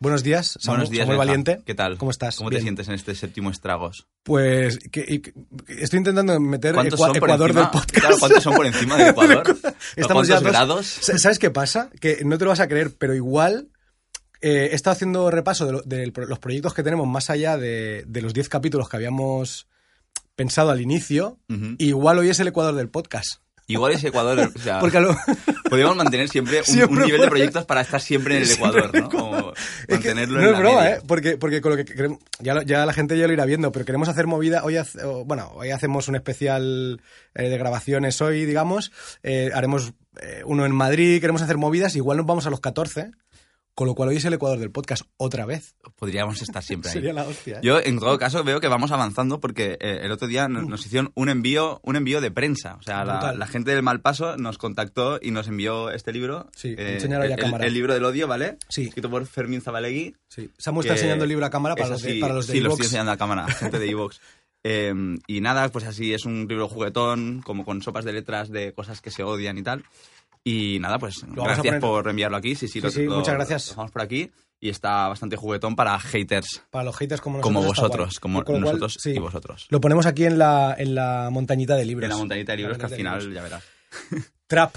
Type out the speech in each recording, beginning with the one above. Buenos días, Samu, Buenos días, Samuel Benja. Valiente. ¿Qué tal? ¿Cómo estás? ¿Cómo Bien. te sientes en este séptimo estragos? Pues que- y- que- estoy intentando meter ¿Cuántos Ecua- son por Ecuador encima? del podcast. Claro, ¿cuántos son por encima de Ecuador? ¿A Estamos cuántos ya a dos- grados? Sa- ¿Sabes qué pasa? Que no te lo vas a creer, pero igual eh, he estado haciendo repaso de, lo- de pro- los proyectos que tenemos más allá de, de los 10 capítulos que habíamos pensado al inicio. Ujú. Igual hoy es el Ecuador del podcast. Igual es Ecuador. o sea, Porque a lo- podríamos mantener siempre un, Siempre un nivel de por- proyectos para estar siempre en el Siempre Ecuador, ¿no? Como Es que mantenerlo no en es la broma, media. ¿eh? Porque, porque con lo que queremos, ya, lo- ya la gente ya lo irá viendo, pero queremos hacer movida. Hoy, hace- o, bueno, hoy hacemos un especial eh, de grabaciones hoy, digamos. eh, haremos eh, uno en Madrid, queremos hacer movidas. Igual nos vamos a los 14, con lo cual hoy es el Ecuador del podcast otra vez. Podríamos estar siempre ahí. Sería la hostia. ¿eh? Yo, en todo caso, veo que vamos avanzando porque eh, el otro día no- nos, hicieron un envío, un envío de prensa. O sea, la, Brutal. la gente del Malpaso nos contactó y nos envió este libro. Sí, enséñalo ya a el, cámara. el libro del odio, ¿vale? Sí. Escrito por Fermín Zabalegui. Sí. Samu está que- enseñando el libro a cámara para Eso los de, sí, para los de Sí, lo iVoox. estoy enseñando a cámara, gente de Evox. y nada, pues así es un libro juguetón, como con sopas de letras de cosas que se odian y tal. Y nada, pues vamos a gracias poner- por enviarlo aquí. Sí, sí, lo- sí, lo- muchas gracias. lo dejamos por aquí. Y está bastante juguetón para haters Para los haters como nosotros. como está vosotros, guay. como Con lo cual, nosotros sí. y vosotros. Lo ponemos aquí en la, en la montañita de libros. En la montañita de La libros que al montañita de final libros. ya verás. Trap.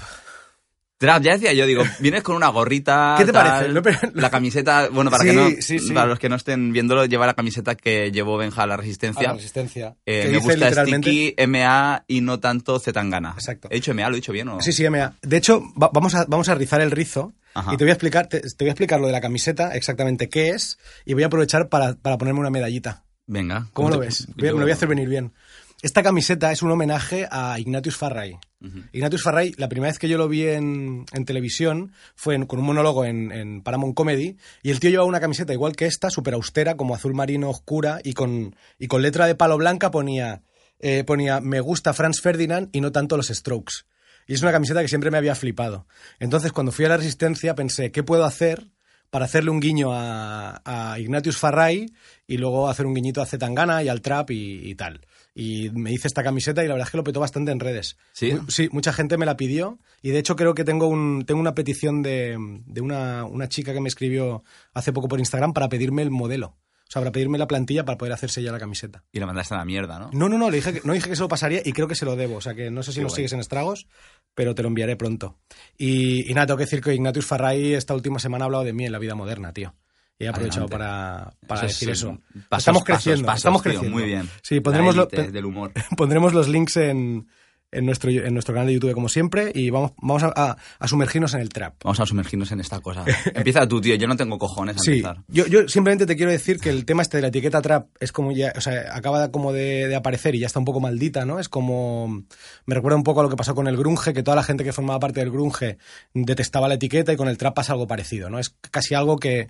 Trap, ya decía yo, digo, vienes con una gorrita. ¿Qué te Ah, parece? tal, No, pero- La camiseta, bueno, para, que Sí, no, sí, sí. para los que no estén viéndolo, lleva la camiseta que llevó Benja a la A la Resistencia. resistencia. Eh, que me dice gusta literalmente- Sticky, MA y no tanto Zetangana. Exacto. ¿He dicho MA? ¿Lo he dicho bien o Sí, sí, MA. De hecho, va- vamos, a, vamos a rizar el rizo Ajá. y te voy, a explicar, te, te voy a explicar lo de la camiseta, exactamente qué es, y voy a aprovechar para, para ponerme una medallita. Venga. ¿Cómo lo te- ves? yo- Voy a- me lo voy a hacer venir bien. Esta camiseta es un homenaje a Ignatius Farray. Ujú. Ignatius Farray, la primera vez que yo lo vi en, en televisión fue en- con un monólogo en, en Paramount Comedy y el tío llevaba una camiseta igual que esta, súper austera, como azul marino oscura y con, y con letra de palo blanca ponía, eh, ponía me gusta Franz Ferdinand y no tanto los Strokes. Y es una camiseta que siempre me había flipado. Entonces cuando fui a la Resistencia pensé, ¿qué puedo hacer para hacerle un guiño a, a Ignatius Farray y luego hacer un guiñito a Zetangana y al Trap y, y tal? Y me hice esta camiseta y la verdad es que lo petó bastante en redes. ¿Sí? Mu- Sí, mucha gente me la pidió y de hecho creo que tengo, un, tengo una petición de, de una, una chica que me escribió hace poco por Instagram para pedirme el modelo. O sea, para pedirme la plantilla para poder hacerse ya la camiseta. Y la mandaste a la mierda, ¿no? No, no, no, le dije que, no dije que se lo pasaría y creo que se lo debo. O sea, que no sé si Qué nos guay. sigues en estragos, pero te lo enviaré pronto. Y, y nada, tengo que decir que Ignatius Farray esta última semana ha hablado de mí en la vida moderna, tío. Y he aprovechado para, para Eso es, decir eh, eso. pasos, estamos pasos, creciendo, pasos, estamos tío, creciendo. muy bien. Sí, pondremos La lo- élite del humor. Pondremos los links en, en, nuestro, en nuestro canal de YouTube, como siempre, y vamos, vamos a, a- a sumergirnos en el trap. Vamos a sumergirnos en esta cosa. Empieza tú, tío. Yo no tengo cojones a Sí, empezar. yo, yo simplemente te quiero decir que el tema este de la etiqueta trap es como ya, o sea, acaba como de, de aparecer y ya está un poco maldita, ¿no? Es como, me recuerda un poco a lo que pasó con el grunge, que toda la gente que formaba parte del grunge detestaba la etiqueta y con el trap pasa algo parecido, ¿no? Es casi algo que,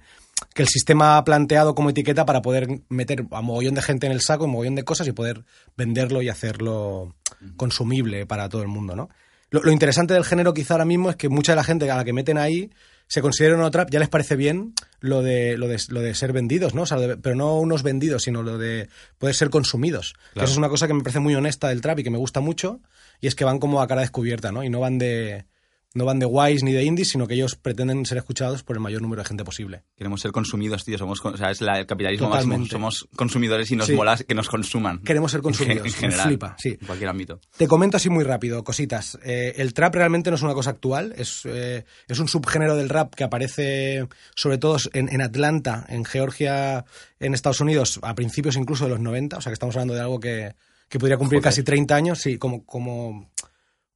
que el sistema ha planteado como etiqueta para poder meter a mogollón de gente en el saco, un mogollón de cosas y poder venderlo y hacerlo consumible para todo el mundo, ¿no? Lo, lo interesante del género quizá ahora mismo es que mucha de la gente a la que meten ahí se considera una trap, ya les parece bien lo de, lo de, lo de ser vendidos, ¿no? O sea, de- pero no unos vendidos, sino lo de poder ser consumidos. Que Claro. eso es una cosa que me parece muy honesta del trap y que me gusta mucho, y es que van como a cara descubierta, ¿no? Y no van de... No van de guays ni de indies, sino que ellos pretenden ser escuchados por el mayor número de gente posible. Queremos ser consumidos, tío. Somos, con- o sea, es la- el capitalismo Totalmente. máximo. Somos consumidores y nos Sí. mola que nos consuman. Queremos ser Mm. En gen- consumidos. En, me general. flipa, sí. En cualquier ámbito. Te comento así muy rápido, cositas. Eh, el trap realmente no es una cosa actual, es, eh, es un subgénero del rap que aparece sobre todo en, en Atlanta, en Georgia, en Estados Unidos, a principios incluso de los 90, o sea que estamos hablando de algo que, que podría cumplir Joder. casi 30 años, sí, como, como,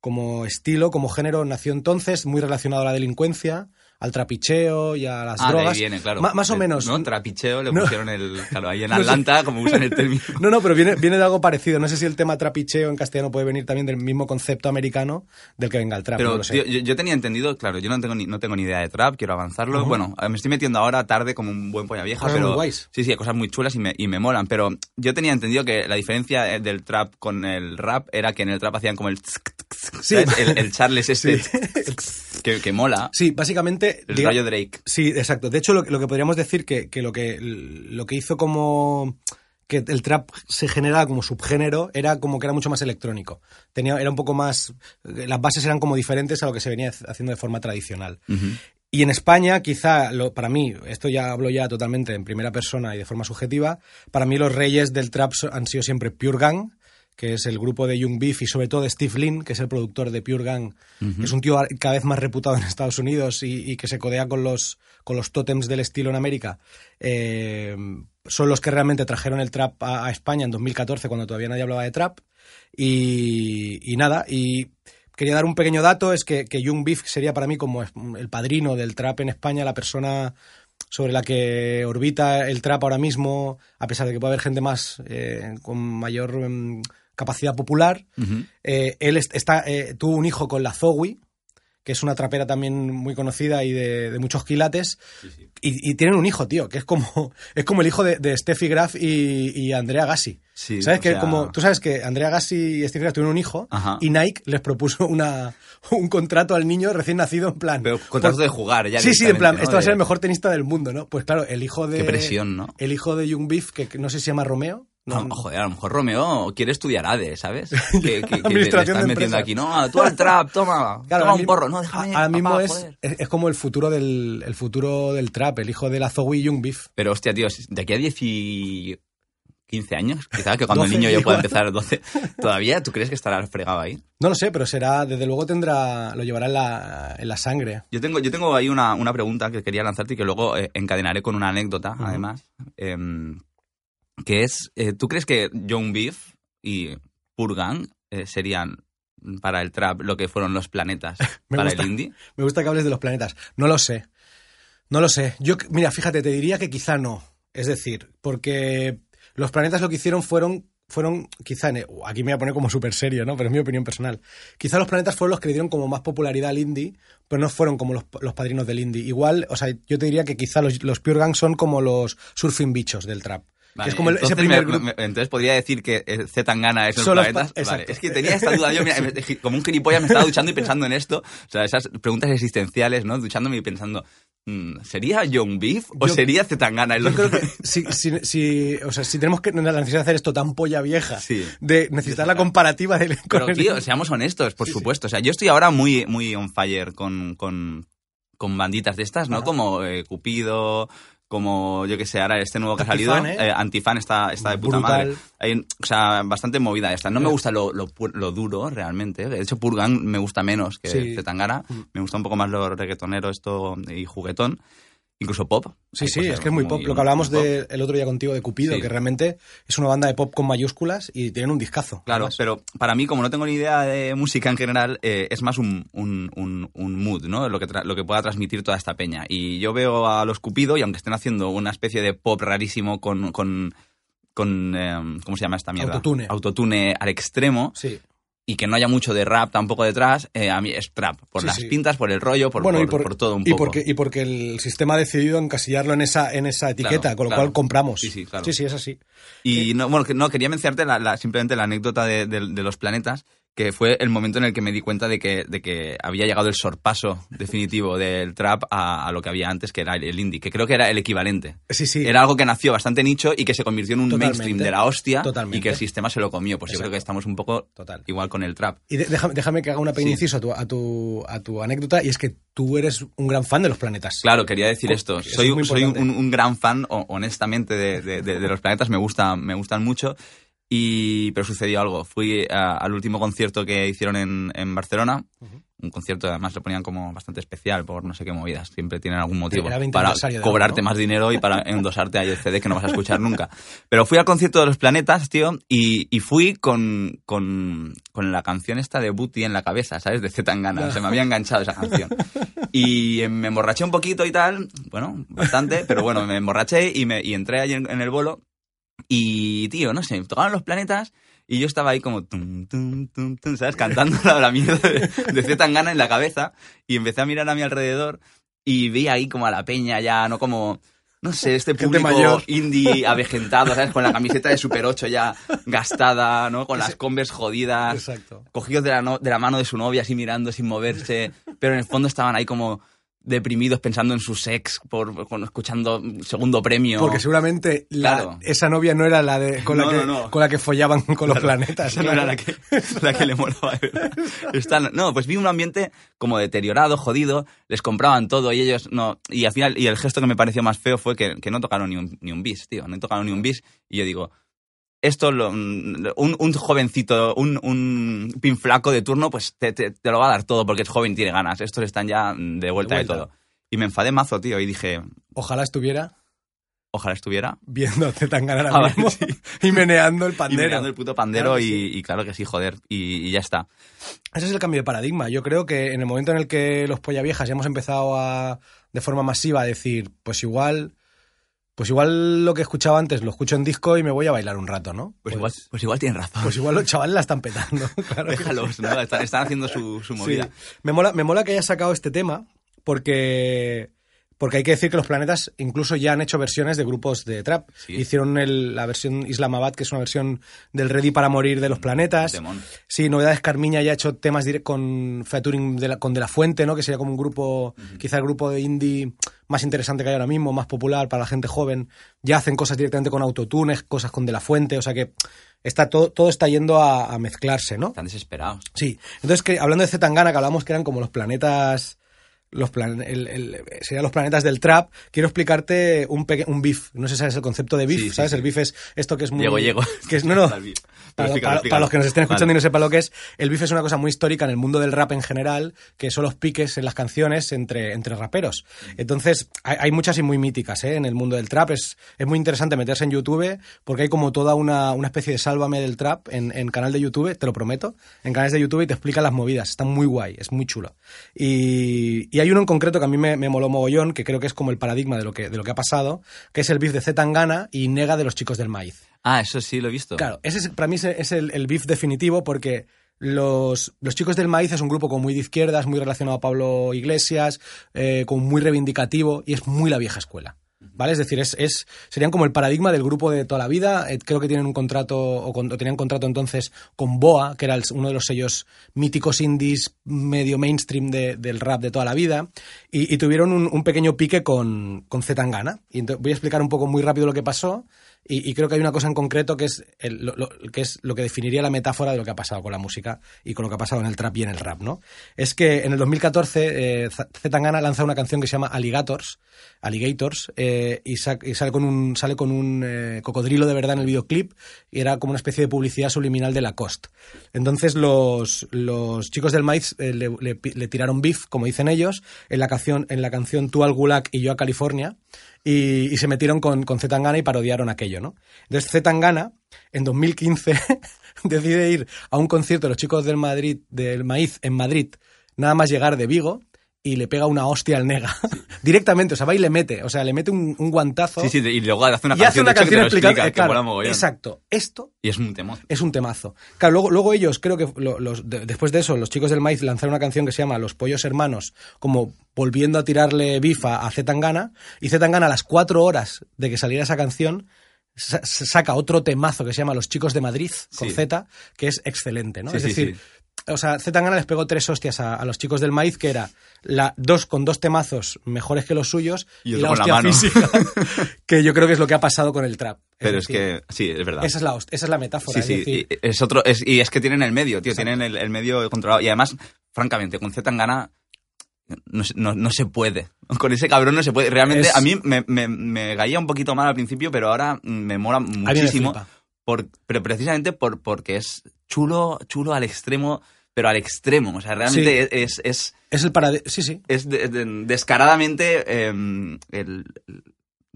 como estilo, como género, nació entonces muy relacionado a la delincuencia, al trapicheo y a las ah, de drogas. ahí viene, claro. Ma- más o De- menos. ¿No? Trapicheo, le No. pusieron el. Claro, ahí en No sé. Atlanta, como usan el término. No, no, pero viene, viene de algo parecido. No sé si el tema trapicheo en castellano puede venir también del mismo concepto americano del que venga el trap. no Pero lo sé. tío, yo, yo tenía entendido, claro, yo no tengo ni, no tengo ni idea de trap, quiero avanzarlo. Ujú. Bueno, eh, me estoy metiendo ahora tarde como un buen polla vieja, Cosas pero muy guays. sí, sí, cosas muy chulas y me, y me molan. Pero yo tenía entendido que la diferencia eh, del trap con el rap era que en el trap hacían como el, tsk, tsk, tsk, Sí. ¿sabes? el, el Charles este Sí. que, que mola, Sí, básicamente. el diga- rayo Drake. Sí, exacto. De hecho, lo, lo que podríamos decir que, que lo que lo que hizo como que el trap se generaba como subgénero era como que era mucho más electrónico. Tenía, era un poco más. Las bases eran como diferentes a lo que se venía haciendo de forma tradicional. Ujú. Y en España, quizá, lo, para mí, esto ya hablo ya totalmente en primera persona y de forma subjetiva, para mí los reyes del trap so- han sido siempre Pure Gang, que es el grupo de Young Beef y sobre todo de Steve Lin, que es el productor de Pure Gang. que Es un tío cada vez más reputado en Estados Unidos y, y que se codea con los, con los tótems del estilo en América. Eh, son los que realmente trajeron el trap a, a España en 2014, cuando todavía nadie hablaba de trap. Y, y nada, y quería dar un pequeño dato, es que, que Young Beef sería para mí como es- el padrino del trap en España, la persona sobre la que orbita el trap ahora mismo, a pesar de que puede haber gente más eh, con mayor em, capacidad popular. Ujú. Eh, él est- está, eh, tuvo un hijo con la Zoe, que es una trapera también muy conocida y de, de muchos quilates. Y, y tienen un hijo, tío, que es como, es como el hijo de, de Steffi Graf y, y Andrea Gassi. Sí, ¿Sabes o que sea, como tú sabes que Andrea Gassi y Steffi Graf tuvieron un hijo Ajá. y Nike les propuso una un contrato al niño recién nacido en plan Pero contrato por- de jugar ya. Sí, sí, en plan, directamente, ¿no? este va a De- ser el mejor tenista del mundo, ¿no? Pues claro, el hijo de Qué presión, ¿no? el hijo de Young Beef que que no sé si se llama Romeo, no, Ah, joder, a lo mejor Romeo quiere estudiar ADE, ¿sabes? Que, que- que le- le Administración están de metiendo empresas. aquí. No, tú al trap, toma. Claro, toma ahora un mi- porro. No, déjame. a- Ahora mismo papá, es, joder. es, es como el futuro del el futuro del trap, el hijo de la Zoe y Young Beef. Pero hostia, tío, si- de aquí a 10 y 15 años, quizás que cuando el 12, niño ya pueda igual. empezar 12, ¿todavía tú crees que estará fregado ahí? No lo sé, pero será, desde luego tendrá, lo llevará en la, en la sangre. Yo tengo, yo tengo ahí una, una pregunta que quería lanzarte y que luego eh, encadenaré con una anécdota, Ujú. además. em, que es, eh, ¿tú crees que John Beef y Purgang eh, serían para el trap lo que fueron los planetas Me para gusta. el indie? Me gusta que hables de los planetas. No lo sé. No lo sé. Yo, mira, fíjate, te diría que quizá no. Es decir, porque los planetas lo que hicieron fueron, fueron quizá, en- uh, aquí me voy a poner como súper serio, ¿no? Pero es mi opinión personal. Quizá los planetas fueron los que le dieron como más popularidad al indie, pero no fueron como los, los padrinos del indie. Igual, o sea, yo te diría que quizá los, los Pure Gang son como los surfing bichos del trap. Que Vale, es como el- ese entonces primer me- grupo. me- entonces podría decir que eh, Z Tangana es los Son los pa- planetas. Vale, exacto. es que tenía esta duda yo, mira, me- como un gilipollas me estaba duchando y pensando en esto. O sea, esas preguntas existenciales, ¿no? Duchándome y pensando, mm, ¿sería John Beef o Yo- sería Z Tangana? el Yo otro? creo que si, si- si- o sea, si tenemos que, la necesidad de hacer esto tan polla vieja, Sí. de necesitar la comparativa del Pero, con el- tío, seamos honestos, por Sí, sí. supuesto. O sea, yo estoy ahora muy, muy on fire con, con, con banditas de estas, ¿no? Ajá. Como eh, Cupido, como, yo qué sé, ahora este nuevo que ha salido. Antifan, ¿eh? eh, Antifan está, está de puta Brutal. Eh. madre. Hay, o sea, bastante movida esta. No me gusta lo, lo, pu- lo duro, realmente. De hecho, Purgan me gusta menos que Sí. Mm. Zetangana. Me gusta un poco más lo reggaetonero esto y juguetón. Incluso pop. Sí, Hay sí, cosas es que es muy pop. Lo que hablábamos muy pop. de, el otro día contigo de Cupido, Sí. que realmente es una banda de pop con mayúsculas y tienen un discazo. Claro, además. pero para mí, como no tengo ni idea de música en general, eh, es más un, un- un- un mood, ¿no? Lo que, tra- lo que pueda transmitir toda esta peña. Y yo veo a los Cupido, y aunque estén haciendo una especie de pop rarísimo con. con con, eh, ¿Cómo se llama esta mierda? Autotune. Autotune al extremo Sí. y que no haya mucho de rap tampoco detrás, eh, a mí es trap. Por Sí, las sí. pintas, por el rollo, por, por, por todo un y poco. Porque, y porque el sistema ha decidido encasillarlo en esa, en esa etiqueta, con lo claro. cual compramos. Sí, sí, claro. Sí, sí, es así. Y no, bueno, que- no, quería mencionarte la, la- simplemente la anécdota de, de- de los planetas, que fue el momento en el que me di cuenta de que, de que había llegado el sorpaso definitivo del trap a, a lo que había antes, que era el, el indie, que creo que era el equivalente. Sí, sí. Era algo que nació bastante nicho y que se convirtió en un Totalmente. mainstream de la hostia Totalmente. y que el sistema se lo comió. Pues yo creo que estamos un poco Total. igual con el trap. Y de- déjame, déjame que haga una pequeña Sí. inciso a tu, a, tu, a tu anécdota, y es que tú eres un gran fan de los planetas. Claro, quería decir Co- esto. eso es Soy, muy soy un, importante. un gran fan, ho- honestamente, de, de- de- de los planetas. Me gustan, me gustan mucho. Y, pero sucedió algo. Fui a- al último concierto que hicieron en, en Barcelona. Ujú. Un concierto, además, lo ponían como bastante especial por no sé qué movidas. Siempre tienen algún motivo Era 20 para aniversario de algo, cobrarte ¿no? más dinero y para endosarte ahí el CD que no vas a escuchar nunca. Pero fui al concierto de los planetas, tío, y, y fui con, con, con la canción esta de Booty en la cabeza, ¿sabes? De Z Tangana. Se me había enganchado esa canción. Y eh, me emborraché un poquito y tal, bueno, bastante, pero bueno, me emborraché y, me, y entré allí en, en el bolo. Y, tío, no sé, tocaban los planetas y yo estaba ahí como, tum, tum, tum, tum, ¿sabes? Cantando la, la mierda de, de Z Tangana en la cabeza. Y empecé a mirar a mi alrededor y vi ahí como a la peña ya, no como... No sé, este Gente público mayor. indie avejentado, ¿sabes? Con la camiseta de Super 8 ya gastada, ¿no? Con las Converse jodidas Exacto. cogidos de la, no- de la mano de su novia, así mirando, sin moverse, pero en el fondo estaban ahí como, deprimidos pensando en su sex, por, con- escuchando segundo premio. Porque seguramente la- Claro. esa novia no era la de con, No, la, que, no, no. con la que follaban con los planetas. Esa no era la que, la que le molaba, de verdad. Está- no, pues vi un ambiente como deteriorado, jodido, les compraban todo y ellos no. Y al final, y el gesto que me pareció más feo fue que, que no tocaron ni un, ni un bis, tío. No tocaron ni un bis. Y yo digo, esto, lo- un, un jovencito, un, un pin flaco de turno, pues te, te- te lo va a dar todo porque es joven y tiene ganas. Estos están ya de vuelta de, vuelta. todo. Y me enfadé mazo, tío, y dije, Ojalá estuviera ojalá estuviera. viéndote tan ganar Ah, ahora vale, mismo sí. y meneando el Y pandero. mirando el puto pandero Claro que y, y claro que sí, joder. Y, y ya está. Ese es el cambio de paradigma. Yo creo que en el momento en el que los polla viejas ya hemos empezado a, de forma masiva a decir, pues igual, pues igual lo que escuchaba antes lo escucho en disco y me voy a bailar un rato, ¿no? Pues, igual, pues igual tienen razón. pues igual los chavales la están petando. Claro que Déjalos, ¿no? Están, están haciendo su, su sí. movida. Me mola, me mola que hayas sacado este tema porque porque hay que decir que los planetas incluso ya han hecho versiones de grupos de trap. Sí. Hicieron el- la versión Islamabad, que es una versión del Ready para Morir de los Mm, planetas. Demon. Sí, Novedades Carmiña ya ha hecho temas dire- con featuring de la, con De La Fuente, ¿no? Que sería como un grupo, quizá el grupo de indie más interesante que hay ahora mismo, más popular para la gente joven. Ya hacen cosas directamente con autotunes, cosas con De La Fuente, o sea que está todo, todo está yendo a, a mezclarse, ¿no? Están desesperados. Sí. Entonces, que, hablando de Zetangana, que hablamos que eran como los planetas. Los plan- el- el- serían los planetas del trap. Quiero explicarte un, peque- un beef. No sé si sabes el concepto de beef, Sí, sí, ¿sabes? sí. El beef es esto que es muy. Llego, llego. Mm, Que es, no, no. Al beef. Para, Pero explícalo, para- explícalo. para los que nos estén escuchando Vale. y no sepan lo que es, el beef es una cosa muy histórica en el mundo del rap en general, que son los piques en las canciones entre, entre raperos. Entonces, hay, hay muchas y muy míticas ¿eh? en el mundo del trap. Es, es muy interesante meterse en YouTube porque hay como toda una, una especie de sálvame del trap en, en canal de YouTube, te lo prometo, en canales de YouTube y te explican las movidas. Está muy guay, es muy chulo. Y, y hay uno en concreto que a mí me, me moló mogollón, que creo que es como el paradigma de lo que, de lo que ha pasado, que es el beef de Z Tangana y Nega de los chicos del maíz. Ah, eso sí lo he visto. Claro, ese es- para mí ese es el, el beef definitivo porque los, los Chicos del Maíz es un grupo como muy de izquierdas, muy relacionado a Pablo Iglesias, eh, como muy reivindicativo y es muy la vieja escuela. ¿Vale? Es decir, es, es- serían como el paradigma del grupo de toda la vida. Eh, creo que tienen un contrato, o, con- o tenían contrato entonces con Boa, que era el- uno de los sellos míticos indies medio mainstream de- del rap de toda la vida. Y, y tuvieron un, un pequeño pique con, con Zetangana. Y ento- voy a explicar un poco muy rápido lo que pasó. Y, y creo que hay una cosa en concreto que es, el- lo, lo- que es lo que definiría la metáfora de lo que ha pasado con la música y con lo que ha pasado en el trap y en el rap, ¿no? Es que en el 2014 eh, Z- Zetangana lanza una canción que se llama Alligators, Alligators eh, y, sa- y sale con un, sale con un eh, cocodrilo de verdad en el videoclip y era como una especie de publicidad subliminal de Lacoste. Entonces los, los chicos del maíz eh, le, le pi- le tiraron beef, como dicen ellos, en la canción, en la canción Tú al Gulag y yo a California y, y se metieron con, con Zetangana y parodiaron aquello, ¿no? Entonces Zetangana, en 2015, decide ir a un concierto de los chicos del Madrid, del maíz en Madrid, nada más llegar de Vigo, y le pega una hostia al nega. Directamente, o sea, va y le mete, o sea, le mete un, un guantazo Sí, sí, y luego hace una y hace canción, una de hecho, que canción te lo explica, explicando. eh, que mola claro, mogollón. exacto, esto Y es un temón. es un temazo. Claro, luego, luego ellos, creo que lo- los, de- después de eso, los chicos del maíz lanzaron una canción que se llama Los Pollos Hermanos, como volviendo a tirarle bifa a Zetangana, y Zetangana a las cuatro horas de que saliera esa canción, sa- sa- saca otro temazo que se llama Los Chicos de Madrid, con Sí. Z, que es excelente, ¿no? Sí, es sí, decir, o sea, Zetangana les pegó tres hostias a, a los chicos del maíz, que era la, dos con dos temazos mejores que los suyos, Y y, otro la con hostia la mano. física, que yo creo que es lo que ha pasado con el trap. Pero es decir, que, sí, es verdad. Esa es la, host- esa es la metáfora. Sí, es sí, decir, y es otro, es- y es que tienen el medio, tío, tienen el, el medio controlado. Y además, francamente, con Z Tangana no, se- no, no se puede. Con ese cabrón no se puede. Realmente Es- a mí me, me, me caía un poquito mal al principio, pero ahora me mola A mí me muchísimo. flipa. por- pero precisamente por, porque es chulo, chulo al extremo, pero al extremo. O sea, realmente es, es, Es el paradigma. Sí, sí. es de- de- descaradamente eh, el-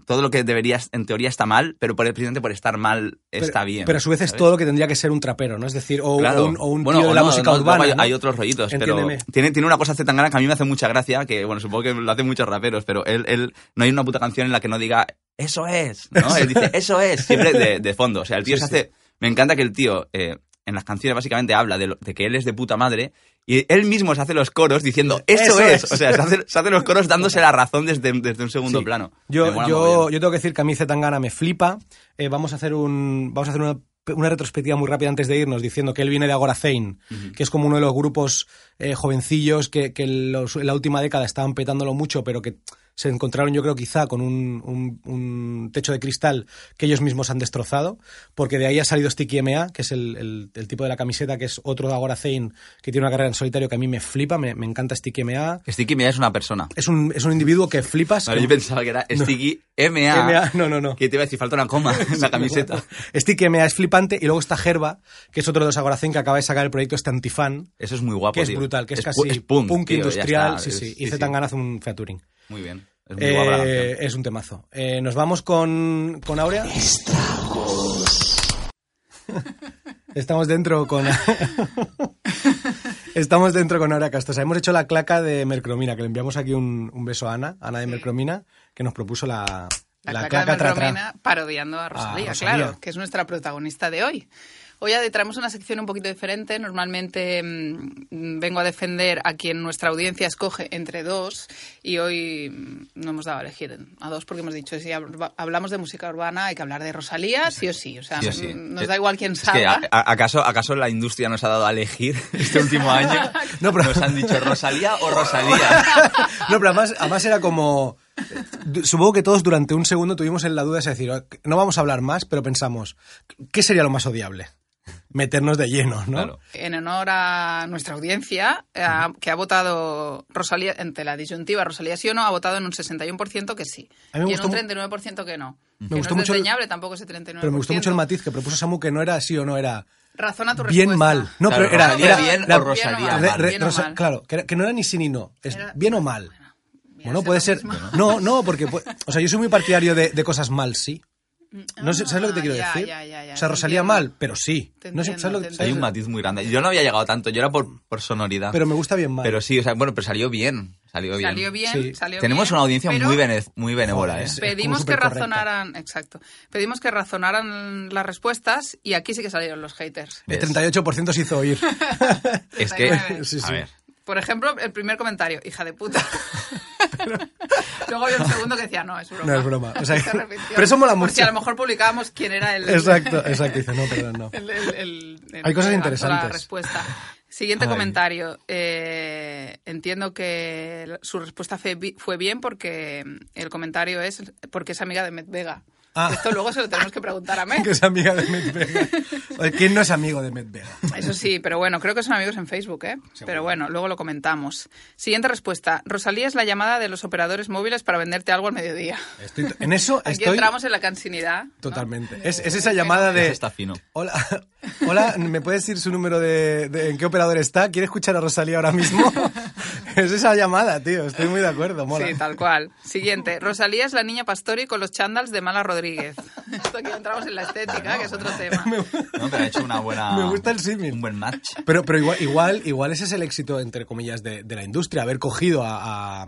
todo lo que debería, en teoría está mal, pero por, precisamente por estar mal está pero, bien. Pero a su vez es ¿sabes? todo lo que tendría que ser un trapero, ¿no? Es decir, o, Claro. o un, o un Bueno, tío o de la no, música no, luego urbana. Hay, ¿no? hay otros rollitos, Entiéndeme. pero tiene, tiene una cosa tan grande que a mí me hace mucha gracia, que bueno, supongo que lo hacen muchos raperos, pero él, él no hay una puta canción en la que no diga eso es, ¿no? él dice eso es, siempre de, de fondo. O sea, el tío Sí, se sí. hace. Me encanta que el tío eh, en las canciones básicamente habla de, lo- de que él es de puta madre. Y él mismo se hace los coros diciendo, eso, Eso es. es. O sea, se hace, se hace los coros dándose la razón desde, desde un segundo Sí. plano. Me Yo, mola yo, mogollón. yo tengo que decir que a mí Zetangana me flipa. Eh, vamos a hacer un. Vamos a hacer una una retrospectiva muy rápida antes de irnos, diciendo que él viene de Agora Zane, Ujú. que es como uno de los grupos eh, jovencillos que, que los- en la última década estaban petándolo mucho, pero que se encontraron, yo creo, quizá con un, un- un techo de cristal que ellos mismos han destrozado, porque de ahí ha salido Sticky MA, que es el, el- el tipo de la camiseta, que es otro de Agora Zane, que tiene una carrera en solitario que a mí me flipa, me, me encanta Sticky MA. Sticky MA es una persona. Es un, es un individuo que flipas. Vale, que- yo pensaba que era Sticky MA. MA, no, no, no. Que te iba a decir, falta una coma en la camiseta. Sticky MA Este es flipante. Y luego está Gerba, que es otro de los Agora Zane que acaba de sacar el proyecto este antifan, Eso es muy guapo, que es tío. brutal, que es, pu- casi punk, tío, ya industrial. está, sí, es- sí. Y Zetangana hace un featuring. Muy bien. Es muy guapa la Eh, canción. es un temazo. Eh, Nos vamos con, con Aurea. Estamos dentro con. Estamos dentro con Aurea Castosa. Hemos hecho la claca de Mercromina, que le enviamos aquí un, un beso a Ana, Ana de Mercromina, que nos propuso la, La, la claca de tra, tra. Melromena parodiando Ah, a Rosalía, Rosalía. claro, que es nuestra protagonista de hoy. Hoy traemos una sección un poquito diferente. Normalmente mm, vengo a defender a quien nuestra audiencia escoge entre dos y hoy mm, no hemos dado a elegir a dos porque hemos dicho si hab- hablamos de música urbana hay que hablar de Rosalía sí o sí. O sea, Sí o sí. mm, nos da igual quién Es que, salga. a- a- ¿acaso, ¿Acaso la industria nos ha dado a elegir este último año? No, pero- Nos han dicho Rosalía o Rosalía. No, pero además, además era como. du- Supongo que todos durante un segundo tuvimos en la duda, es decir, "Oh, no vamos a hablar más, pero pensamos, ¿qué sería lo más odiable? Meternos de lleno, ¿no? Claro. en honor a nuestra audiencia, a- que ha votado Rosalía, entre la disyuntiva Rosalía sí o no, ha votado en un 61% que sí. A mí me y en gustó un mu- 39% que no. Me Que gustó no es mucho el- desdeñable tampoco ese 39%. Pero me gustó mucho el matiz que propuso Samu, que no era sí o no era Razona tu bien respuesta. mal. No, Claro, pero era. Rosalía era- bien la- o Rosalía re- mal. re- Bien o Rosa- mal. Claro, que, era- que no era ni sí ni no, es Era- bien o mal. Mira, Bueno, es puede lo ser. mismo. No, no, porque. pu- O sea, yo soy muy partidario de, de cosas mal, sí. No sé, ¿Sabes lo que te Ah, quiero ya, decir? ya, ya, ya, o sea, te Rosalía entiendo. mal, pero sí. Te No sé, entiendo, ¿sabes lo te que- entiendo. Hay ¿sabes? un matiz muy grande. Yo no había llegado tanto, yo era por, por sonoridad. Pero Pero, me gusta bien mal. sí, o sea, bueno, pero salió bien. Salió bien. Salió bien, Sí. salió Tenemos bien, una audiencia pero muy, bene- muy benévola, Joder, ¿eh? es- como Pedimos que supercorrecta. razonaran, exacto. Pedimos que razonaran las respuestas y aquí sí que salieron los haters. El 38% se hizo oír. Es que, 39. Sí, a sí. ver, Por ejemplo, el primer comentario, hija de puta. Luego había un segundo que decía, no, es broma. No es broma. O sea, Se repitió. pero eso mola Por mucho. Si a lo mejor publicábamos quién era el. Exacto, exacto. Dice, no, perdón, no. el- el- el- el- Hay cosas la- interesantes. La respuesta. Siguiente Ay. comentario. Eh, entiendo que la- su respuesta fue, bi- fue bien porque el comentario es porque es amiga de Met Vega. Ah. Esto luego se lo tenemos que preguntar a Met. Que es amiga de Medvega. Oye, ¿Quién no es amigo de Medvega? Eso sí, pero bueno, creo que son amigos en Facebook, ¿eh? Pero bueno, luego lo comentamos. Siguiente respuesta. Rosalía es la llamada de los operadores móviles para venderte algo al mediodía. Estoy t- en eso Aquí estoy entramos en la cansinidad. ¿no? totalmente. Es, es esa llamada de... eso está fino. Hola, hola, ¿me puedes decir su número de, de- en qué operador está? ¿Quiere escuchar a Rosalía ahora mismo? es esa llamada, tío. Estoy muy de acuerdo, mola. Sí, tal cual. Siguiente. Rosalía es la niña pastori con los chándals de Mala Rodríguez. Esto aquí entramos en la estética, que es otro tema. No, pero ha hecho una buena... Me gusta el símil. Un buen match. Pero, pero igual, igual, igual ese es el éxito, entre comillas, de, de la industria, haber cogido a, a-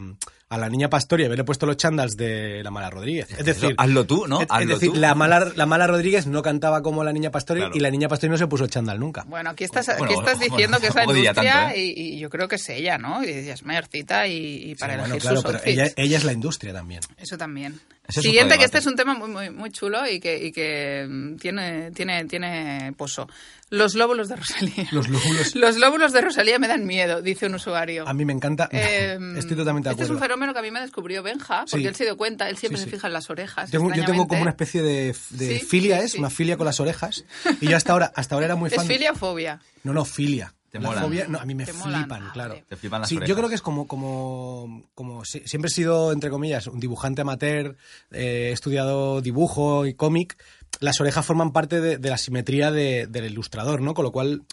a la niña Pastori y haberle puesto los chándals de la mala Rodríguez. Es decir, Eso, hazlo tú, ¿no? Es, es Hazlo decir, tú. la mala, la mala Rodríguez no cantaba como la niña Pastori Claro. y la niña Pastori no se puso chándal nunca. Bueno, aquí estás, Bueno, aquí estás bueno, diciendo que es la tampoco diría industria tanto, ¿eh? y, y yo creo que es ella, ¿no? Y ella es mayorcita y, y para Sí, bueno, elegir claro, sus pero outfits. ella, ella es la industria también. Eso también. Ese es Siguiente, otro que debate. este es un tema muy, muy, muy chulo y que, y que mm, tiene, tiene, tiene pozo. Los lóbulos de Rosalía. Los lóbulos. Los lóbulos de Rosalía me dan miedo, dice un usuario. A mí me encanta. Eh, Estoy totalmente de este es acuerdo. un fenómeno que a mí me descubrió Benja, porque Sí. él se dio cuenta, él siempre Sí, se sí. fija en las orejas. Tengo- yo tengo como una extrañamente. especie de, de Sí, filia, sí, es sí. una filia con las orejas. Y yo hasta ahora, hasta ahora era muy fan. ¿Es de- filia o fobia? No, no, filia. Te La molan. fobia- no, a mí me Te molan. flipan, claro. Vale. Te flipan las Sí, yo orejas. creo que es como, como, como si- siempre he sido, entre comillas, un dibujante amateur, eh, he estudiado dibujo y cómic. Las orejas forman parte de, de la simetría de- del ilustrador, ¿no? Con lo cual,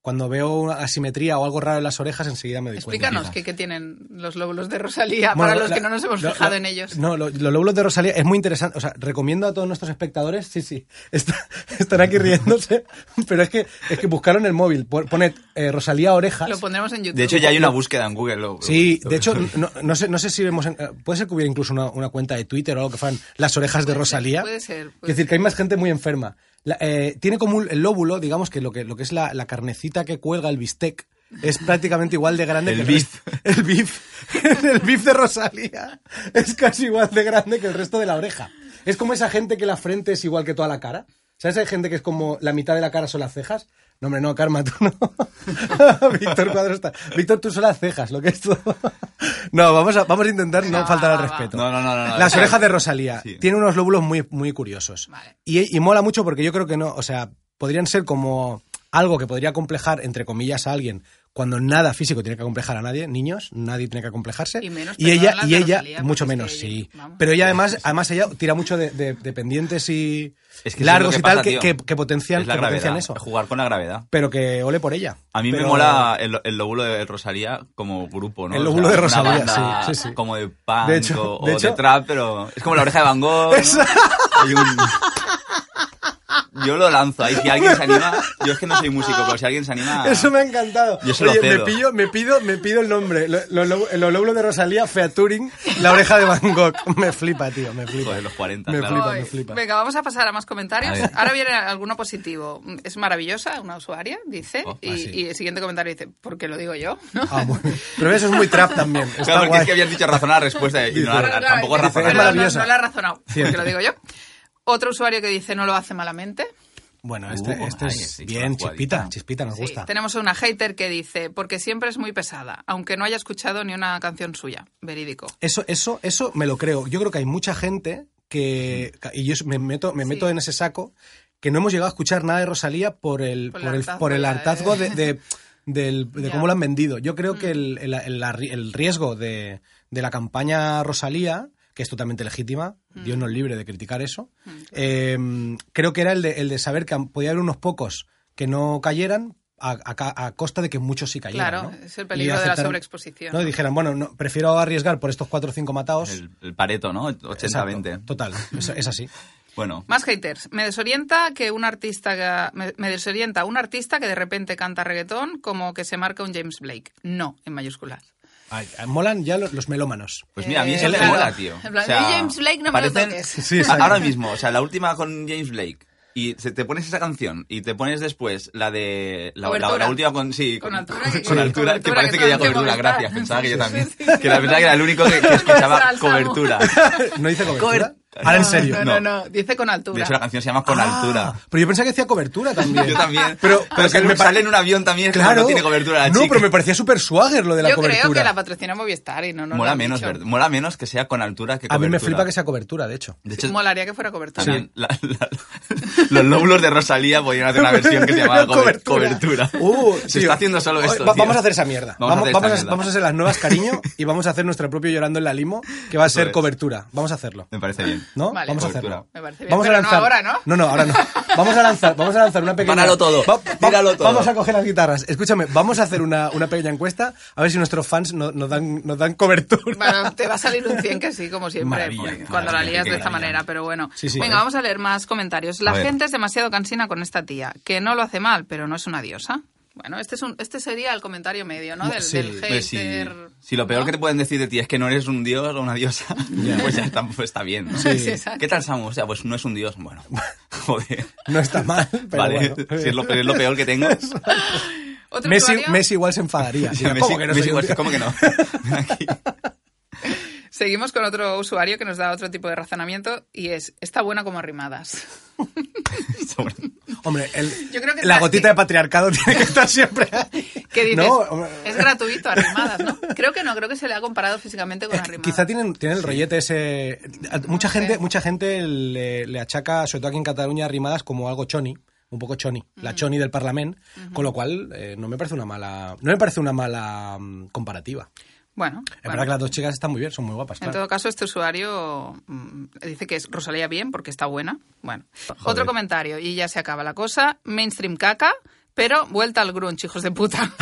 cuando veo una asimetría o algo raro en las orejas, enseguida me doy cuenta. Explícanos qué, qué tienen los lóbulos de Rosalía Bueno, para los la- que no nos hemos lo- fijado lo- en ellos. No, lo- los lóbulos de Rosalía es muy interesante. O sea, recomiendo a todos nuestros espectadores. Sí, sí. está- están aquí riéndose. Pero es que, es que buscaron el móvil. pon- Poned eh, Rosalía Orejas. Lo pondremos en YouTube. De hecho, ya hay una búsqueda en Google. lo- Sí, lo- de hecho, no, no sé, no sé si vemos. en- eh, puede ser que hubiera incluso una, una cuenta de Twitter o algo que fueran las orejas de Rosalía. puede ser, puede Es decir, que hay más gente muy enferma. La- eh, tiene como un- el lóbulo, digamos que lo que, lo que es la, la carnecita que cuelga el bistec. Es prácticamente igual de grande El que el bif. resto- El bif. El bif de Rosalía. Es casi igual de grande que el resto de la oreja. Es como esa gente que la frente es igual que toda la cara. ¿Sabes? Hay gente que es como la mitad de la cara son las cejas. No, hombre, no, Karma, tú no. Víctor Cuadro está. Víctor, tú son las cejas, lo que es todo. no, vamos a, vamos a intentar no, Va, faltar al va, va. respeto. No, no, no, no, no. Las orejas de Rosalía. Ah, Sí. Tiene unos lóbulos muy, muy curiosos. Vale. Y, y mola mucho porque yo creo que no, o sea, podrían ser como algo que podría complejar, entre comillas, a alguien cuando nada físico tiene que complejar a nadie, niños, nadie tiene que complejarse. Y menos, perdón, ella, las y de ella, Rosalía, mucho porque es menos, que- sí. vamos. Pero ella además, además ella tira mucho de, de- de pendientes y Es que eso es largos lo y que tal pasa, que, tío. que- que potencian, es la que potencian gravedad. eso. Jugar con la gravedad. Pero que ole por ella. A mí me Pero- mola el, el lóbulo de Rosalía como grupo, ¿no? El lóbulo de una Rosalía, banda sí, sí, sí. Como de punk De hecho- o, de o hecho- trap, pero es como la oreja de Van Gogh. ¿no? Hay un- Yo lo lanzo ahí. Si alguien se anima, yo es que no soy músico, pero si alguien se anima. Eso me ha encantado. Yo se lo Oye, me cedo. pillo, me pido, me pido el nombre. Lo- lo- lo- El lóbulo de Rosalía, Featuring, la oreja de Van Gogh. Me flipa, tío, me flipa. Joder, los 40, Me claro. flipa, Ay, me flipa. Venga, vamos a pasar a más comentarios. A ver. Ahora viene alguno positivo. Es maravillosa, una usuaria, dice. Oh, y, ah, sí. y el siguiente comentario dice, ¿por qué lo digo yo? ¿No? Ah, bueno. Pero eso es muy trap también. Está Claro, porque guay. es que habías dicho razonar la respuesta y no la- Dice- la- tampoco Pero razonar. Ah, razonar. Es no- maravillosa. No, la he razonado, Cierto. porque lo digo yo. Otro usuario que dice, no lo hace malamente. Bueno, este, Uh, este ahí es sí, bien está chispita, jugadita. chispita, nos Sí, gusta. Tenemos una hater que dice, porque siempre es muy pesada, aunque no haya escuchado ni una canción suya. Verídico. Eso, eso, eso me lo creo. Yo creo que hay mucha gente que. Y yo me meto, me Sí. meto en ese saco que no hemos llegado a escuchar nada de Rosalía por el, Por por el el, hartazgo por el ya, ¿eh? hartazgo de, de- del- de Ya. Mm. cómo lo han vendido. Yo creo que el, el- el- la- el riesgo de, de la campaña Rosalía, que es totalmente legítima, Mm. Dios nos libre de criticar eso, eh, creo que era el de, el de saber que podía haber unos pocos que no cayeran. A, a ca- a costa de que muchos sí cayeran. Claro, ¿no? es el Y peligro de la aceptaran- sobreexposición. no, y dijeran, bueno, no, prefiero arriesgar por estos cuatro o cinco matados. El, el pareto, ¿no? 80-20. Exacto, Total, es, es así. Bueno, Más haters. Me desorienta que un artista me, me desorienta un artista que de repente canta reggaetón como que se marca un James Blake. No, en mayúsculas. Ay, molan ya lo- los melómanos. Pues mira, a mí Eh, eso me claro. mola, tío. En plan, "Oye, James Blake, no me lo toques". Sí, exacto. ahora mismo, o sea, la última con James Blake. Y se- te pones esa canción y te pones después la de. La, la- la Cobertura. última con. Sí, Con con, altura, con que- altura, cobertura, que parece que que ya todo el cobertura, tiempo gracias. está. Pensaba que yo Sí, también. sí, sí. Que la pensaba que era el único que, que escuchaba Nuestra alzamo. cobertura. No dice cobertura. Cober- Ahora en serio. No, no, no, Dice con altura. De hecho, la canción se llama Con altura. Ah, pero yo pensaba que decía cobertura también. Yo también. Pero, pero pero que me me pa- sale en un avión también, es como Claro. no tiene cobertura la No, chica. pero me parecía súper swagger lo de la Yo cobertura. creo que la patrocina Movistar y no, no mola, menos, verd- mola menos que sea con altura que A cobertura. mí me flipa que sea cobertura, de hecho. De hecho, Molaría que fuera cobertura. también la- la- los lóbulos de Rosalía podían hacer una versión que se llamaba cober- cobertura. Uh, se tío. está haciendo solo Oye, esto. va- tío. vamos a hacer esa mierda. Vamos a Vamos, hacer vamos esta a, mierda. vamos a hacer las nuevas, cariño, y vamos a hacer nuestro propio Llorando en la Limo, que va a Eso ser es. cobertura. Vamos a hacerlo. Me parece bien. ¿No? Vale. Vamos a Cobertura. hacerlo. Me parece bien, Vamos a pero no lanzar. ahora, ¿no? No, ahora no. Vamos a lanzar, vamos a lanzar una pequeña. Páralo todo, tíralo todo. Vamos a coger las guitarras. Escúchame, vamos a hacer una, una pequeña encuesta a ver si nuestros fans no- nos dan, nos dan cobertura. Bueno, te va a salir un 100 que sí, como siempre, Maravilla, porque maravilla, cuando la lías qué de esta maravilla. manera, pero bueno. Sí, sí, Venga, ¿eh? vamos a leer más comentarios. A La ver. gente es demasiado cansina con esta tía, que no lo hace mal, pero no es una diosa. Bueno, este, es un, este sería el comentario medio, ¿no? Del, Sí, del Hombre, si, hater. si lo peor ¿no? que te pueden decir de ti es que no eres un dios o una diosa, pues ya tampoco está bien. ¿no? Sí, exacto. ¿Qué tal, Samu? O sea, pues no es un dios. Bueno, joder. No está mal, pero vale, bueno. eh. si es lo, es lo peor que tengo. ¿Otro Messi, usuario? Messi igual se enfadaría. O sea, Diría, ¿cómo Messi- que no Messi soy un igual- tío? ¿Cómo que no? Aquí. Seguimos con otro usuario que nos da otro tipo de razonamiento y es, está buena como rimadas. Hombre, el- Yo creo que la está- gotita de patriarcado tiene que estar siempre ahí. ¿Qué dices? No, hombre. es gratuito arrimadas, ¿no? Creo que no, creo que se le ha comparado físicamente con Es que arrimadas. quizá tienen, tienen el rollete ese. a- Mucha No sé. gente, mucha gente le, le achaca, sobre todo aquí en Cataluña, rimadas como algo choni, un poco choni, la choni del Parlament, con lo cual eh, no me parece una mala, no me parece una mala mm, comparativa. Bueno, Es bueno. verdad que las dos chicas están muy bien, son muy guapas. En claro. todo caso, este usuario mm, dice que es Rosalía bien porque está buena. Bueno, otro comentario y ya se acaba la cosa. Mainstream caca, pero vuelta al grunge, hijos de puta.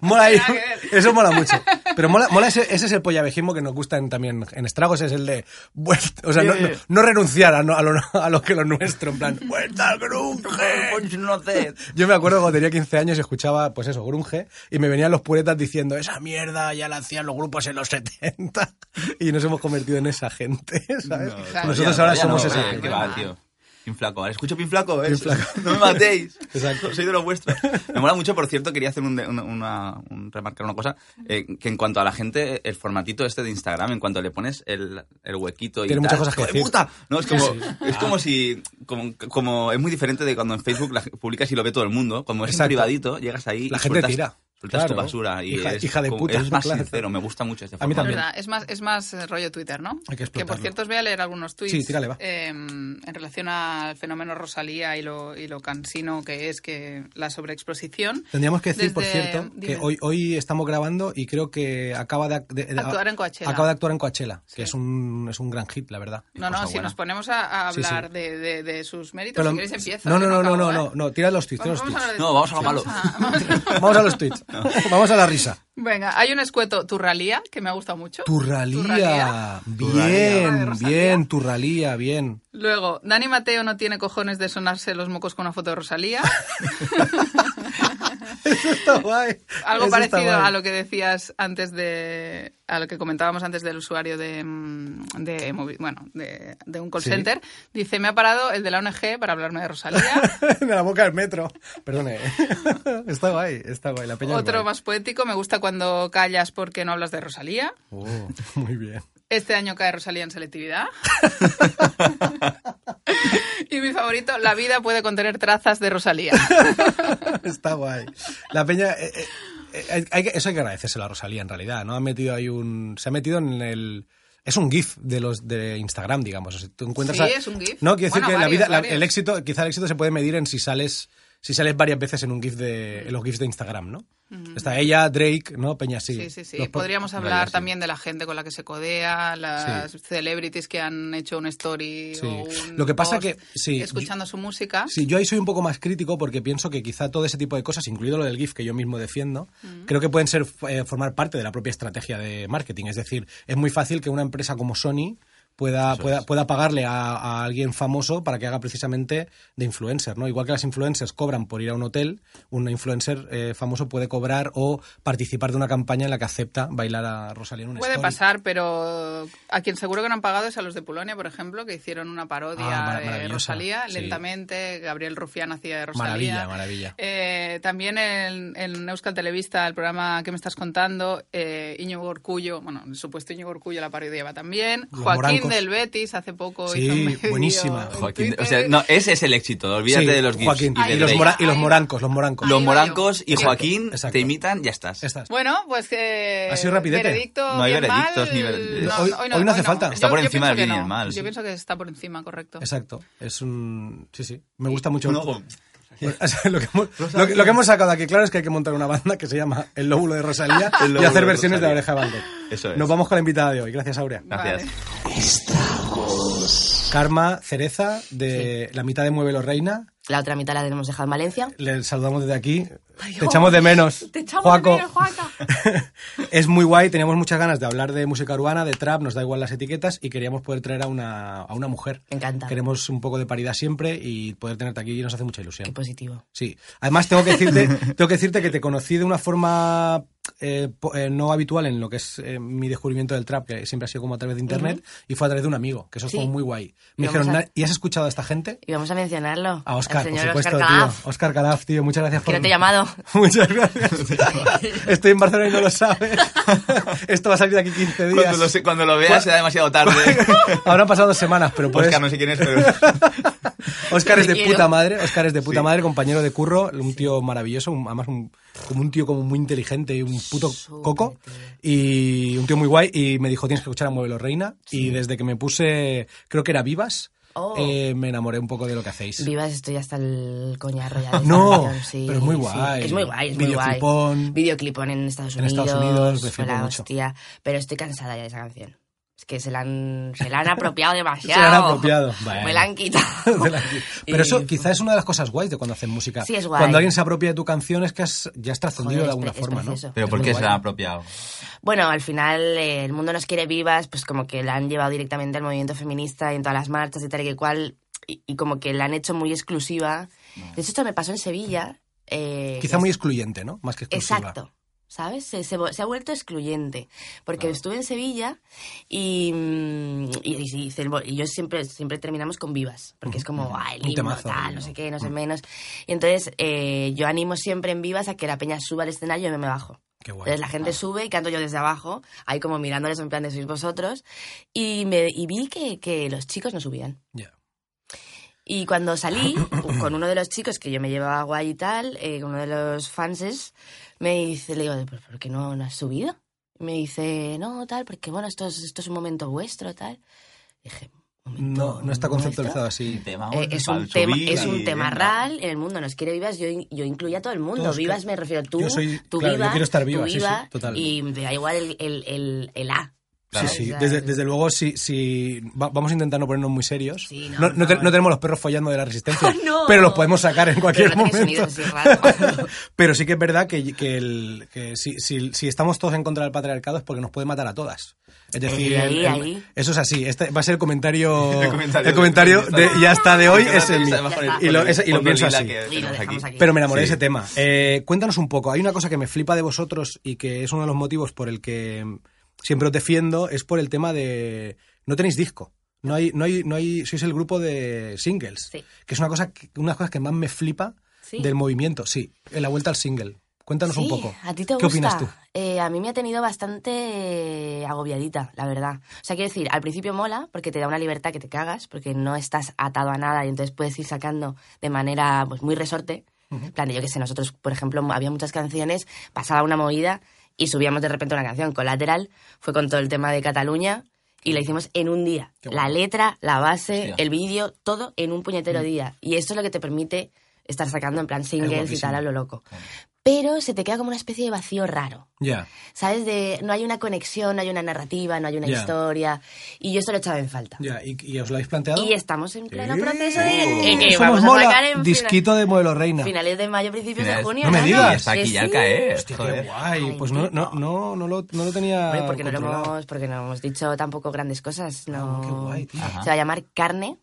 Mola ahí, Nada que ver. eso mola mucho. Pero mola, mola ese, ese es el pollavejismo que nos gusta en- también en estragos, es el de vuelt- o sea, no, no- no renunciar a, no- a lo, a lo que lo nuestro, en plan, vuelta al grunge. Yo me acuerdo cuando tenía 15 años y escuchaba, pues eso, grunge, y me venían los puretas diciendo, esa mierda ya la hacían los grupos en los 70, y nos hemos convertido en esa gente, ¿sabes? Pues claro. Nosotros Ya, ahora ya somos no, esa eh, gente. Que va, tío. Pinflaco, ¿vale? Escucho Pinflaco, ¿eh? Pinflaco. No me matéis. Exacto. Soy de los vuestros. Me mola mucho, por cierto, quería hacer un, un- una, un- remarcar una cosa, eh, que en cuanto a la gente, el formatito este de Instagram, en cuanto le pones el, el huequito y Tiene muchas tal, cosas que ¡hijo de decir. puta! No, es como, es como si, como, como- es muy diferente de cuando en Facebook la- publicas y lo ve todo el mundo, como es en Exacto. privadito, llegas ahí La y gente sueltas- tira. Sueltas tu Claro. basura y Hija- es, hija de como- puta, es es más claro. sincero, me gusta mucho este A mí formato. también. Es verdad, es más, es más eh, rollo Twitter, ¿no? Hay que que por explotarlo. cierto os voy a leer algunos tweets Sí, tírale, va. eh, en relación al fenómeno Rosalía y lo, y lo cansino que es que la sobreexposición. Tendríamos que decir, por Desde- cierto, dime. que hoy, hoy estamos grabando y creo que acaba de, ac- de- de- Actuar en Coachella. Acaba de actuar en Coachella, Sí. que es un, es un gran hit, la verdad. No, no, cosa si buena. nos ponemos a, a Sí, sí. hablar De, de- de sus méritos, si queréis empieza. no, que no, no, no, acabo, no, ¿eh? no, no, tira los tweets, tira Vamos, los tweets. vamos a lo No, vamos a lo vamos malo. a- vamos a- Vamos a los tweets. Vamos a la risa. Venga, hay un escueto Turralía que me ha gustado mucho. Turralía. Turralía. Bien, Rosalía. bien, Turralía, bien. Luego, Dani Mateo no tiene cojones de sonarse los mocos con una foto de Rosalía. Eso está guay. Algo Eso está parecido guay. a lo que decías antes de. a lo que comentábamos antes del usuario de. mm, de movi- bueno, de, de un call Sí. center. Dice: Me ha parado el de la ONG para hablarme de Rosalía. de la boca del metro. Perdone. está guay, está guay. La peña es Otro guay. más poético: Me gusta cuando callas porque no hablas de Rosalía. Oh, muy bien. Este año cae Rosalía en selectividad. y mi favorito: La vida puede contener trazas de Rosalía. Está guay. La peña. eh, eh, eh, hay- hay que- eso hay que agradecérselo a Rosalía, en realidad, ¿no? Ha metido ahí un. Se ha metido en el. Es un GIF de los de Instagram, digamos. O sea, tú encuentras Sí, a- es un GIF. No, quiero decir Bueno, que varios, la vida, la- varios. el éxito, quizá el éxito se puede medir en si sales, si sales varias veces en un GIF de, en los GIFs de Instagram, ¿no? Está ella, Drake, ¿no? Peña sí. Mm. Sí, sí, sí. Los po- Podríamos en hablar realidad sí. también de la gente con la que se codea, las celebrities que han hecho un story Sí. o un Lo que pasa post que- sí, escuchando su música. Sí, yo ahí soy un poco más crítico porque pienso que quizá todo ese tipo de cosas, incluido lo del GIF que yo mismo defiendo, creo que pueden ser eh, formar parte de la propia estrategia de marketing. Es decir, es muy fácil que una empresa como Sony pueda, pueda, pueda pagarle a, a alguien famoso para que haga precisamente de influencer, ¿no? Igual que las influencers cobran por ir a un hotel, un influencer eh, famoso puede cobrar o participar de una campaña en la que acepta bailar a Rosalía en un Puede story. pasar, pero a quien seguro que no han pagado es a los de Polonia, por ejemplo, que hicieron una Ah, parodia mar- de maravillosa, Rosalía, sí. lentamente, Gabriel Rufián hacía de Rosalía. Maravilla, maravilla. Eh, también en, en Euskal Televista, el programa que me estás contando, eh, Íñigo Orcullo, bueno, el supuesto Íñigo Orcullo la parodiaba también. Los Joaquín morancos. del Betis hace poco Sí, hizo un vídeo buenísima. en Joaquín, o sea, Twitter. no, ese es el éxito, olvídate Sí, de los GIFs. Joaquín. y de y, los Drake. mora- y los Ahí- morancos, los morancos. Los Ahí va morancos y yo. Joaquín Exacto. te imitan, ya estás. Ya está. Bueno, pues que. Ha sido rapidete. Veredicto, No hay bien veredictos mal, ni ver- Hoy- hoy no hace falta. Está por encima pienso del que bien y el mal, sí. Yo pienso que está por encima, correcto. Exacto. Es un. Sí, sí. Me gusta mucho. No, Bueno, o sea, lo, que hemos, lo que- lo que hemos sacado aquí, claro, es que hay que montar una banda que se llama El Lóbulo de Rosalía El Lóbulo y hacer de versiones de la Rosalía. oreja de Van Gogh. Eso es. Nos vamos con la invitada de hoy. Gracias, Aurea. Gracias. Vale. Karma Cereza, de La mitad de Muévelo Reina. La otra mitad la tenemos dejada en Valencia. Le saludamos desde aquí. te Dios. echamos de menos. Te echamos Joaco. de menos, Joaca. es muy guay, teníamos muchas ganas de hablar de música urbana, de trap, nos da igual las etiquetas y queríamos poder traer a una, a una mujer. Me encanta. Queremos un poco de paridad siempre y poder tenerte aquí nos hace mucha ilusión. Qué positivo. Sí. Además, tengo que decirte, tengo que, decirte que te conocí de una forma eh, po- eh, no habitual en lo que es eh, mi descubrimiento del trap, que siempre ha sido como a través de internet, y fue a través de un amigo, que eso es Sí. como muy guay. Me Y vamos dijeron, a- "Na- ¿y has escuchado a esta gente? Y vamos a mencionarlo. A Oscar, Al por señor supuesto, Oscar tío. Calaf, Oscar Calaf, tío, muchas gracias Que por. no te he llamado. Muchas gracias. Estoy en Barcelona y no lo sabes. Esto va a salir de aquí 15 días. Pues- Cuando lo, se- cuando lo veas será demasiado tarde. Ahora han pasado dos semanas, pero puedes. Oscar, no sé quién es, pero... Oscar es de Te quiero. puta madre, Oscar es de puta Sí. madre, compañero de curro, un tío maravilloso, un- además un, como un tío como muy inteligente y un puto Súper, coco tío. y un tío muy guay y me dijo tienes que escuchar a Muevelo Reina y desde que me puse, creo que era Vivas, Oh. eh, me enamoré un poco de lo que hacéis. Vivas, estoy hasta el coñarro ya. de esta Ah, No, canción, sí, pero es muy sí. guay. Es muy guay, es muy guay. Videoclipón. Videoclipón en Estados En Unidos. Estados Unidos, me fue flipo la mucho. hostia. Pero estoy cansada ya de esa canción. Es que se la han, se la han apropiado demasiado. Se la han apropiado. Bueno. Me la han quitado. De la- Pero eso Y- quizá es una de las cosas guays de cuando hacen música. Sí, es guay. Cuando alguien se apropia de tu canción es que has- ya has trascendido Joder, de es alguna pre- es forma, ¿no? precioso. ¿Pero Es por muy qué guay. se la ha apropiado? Bueno, al final eh, el mundo nos quiere vivas, pues como que la han llevado directamente al movimiento feminista y en todas las marchas y tal y que cual, y, y como que la han hecho muy exclusiva. De hecho, esto me pasó en Sevilla. eh, Quizá y- muy excluyente, ¿no? Más que exclusiva. Exacto. ¿sabes? Se, se, se ha vuelto excluyente. Porque estuve en Sevilla y, mm, y, y hice el bo- y yo siempre, siempre terminamos con vivas, porque es como, ah, el Un himno, temazo, tal, el no sé himno. qué, no sé menos. Y entonces eh, yo animo siempre en vivas a que la peña suba al escenario y yo me bajo. Qué guay. Entonces la gente sube y canto yo desde abajo, ahí como mirándoles en plan de sois vosotros, y, me, y vi que, que los chicos no subían. Ya. Y cuando salí con uno de los chicos que yo me llevaba guay y tal, eh, uno de los fanses, me dice, le digo, "¿Pero ¿por qué no, no has subido? Y me dice, no, tal, porque bueno, esto es, esto es un momento vuestro, tal. Dije, "Momento No, no está conceptualizado así. Tema, eh, es, un pal tema, subir es un y tema venga. real, en el mundo nos quiere vivas, yo, in- yo incluyo a todo el mundo, Todos, vivas claro. me refiero tú, Yo soy- tú claro, yo viva, quiero estar tú viva, sí, sí, viva, total. y me da igual el, el, el, el A. Claro. Sí, sí. Ya. Desde, desde luego, si, si va- vamos a intentar no ponernos muy serios. Sí, no, no, por no te- favor. no tenemos los perros follando de la resistencia, No. pero los podemos sacar en cualquier Pero no tiene momento. sonidos así raros. pero sí que es verdad que, que el- que si, si- si estamos todos en contra del patriarcado es porque nos puede matar a todas. Es decir, Eh, ahí, el- el- ahí. eso es así. Este va a ser el comentario, El comentario el comentario de- de, ya está de hoy Quédate es el que mío. se va a poner Ya está. Y lo- esa- y lo fondo pienso lila así. que Y lo tenemos dejamos aquí. Pero me enamoré Sí. de ese tema. Eh, cuéntanos un poco. Hay una cosa que me flipa de vosotros y que es uno de los motivos por el que siempre os defiendo, es por el tema de... No tenéis disco. No hay, no hay, no hay, sois el grupo de singles, Sí. que es una cosa, que- una de las cosas que más me flipa Sí. del movimiento. Sí, en la vuelta al single. Cuéntanos un Sí, poco. ¿A ti te ¿Qué gusta? opinas tú? Eh, a mí me ha tenido bastante eh, agobiadita, la verdad. O sea, quiero decir, al principio mola porque te da una libertad que te cagas, porque no estás atado a nada y entonces puedes ir sacando de manera pues, muy resorte. En plan, yo que sé, nosotros, por ejemplo, había muchas canciones, pasaba una movida y subíamos de repente una canción. Colateral fue con todo el tema de Cataluña y la hicimos en un día. Qué La guay. letra, la base, Hostia. el vídeo, todo en un puñetero día. Y esto es lo que te permite estar sacando en plan singles y guapísimo. tal a lo loco pero se te queda como una especie de vacío raro. Ya. ¿Sabes? De no hay una conexión, no hay una narrativa, no hay una Ya. historia. Y yo esto lo echaba en falta. Ya, ¿y, y os lo habéis planteado? Y estamos en pleno Sí. proceso de. eh, que Somos vamos a sacar mola, en disquito de modelo fina- reina. finales de mayo, principios de Finales- junio. No me hermano. digas. Está aquí Que ya al sí. caer. Hostia, qué joder. guay. Pues no, no, no, no lo, no lo tenía Hombre, porque, no lo controlado. hemos, porque no hemos dicho tampoco grandes cosas. No. Ah, qué guay, tío. Se va a llamar carne.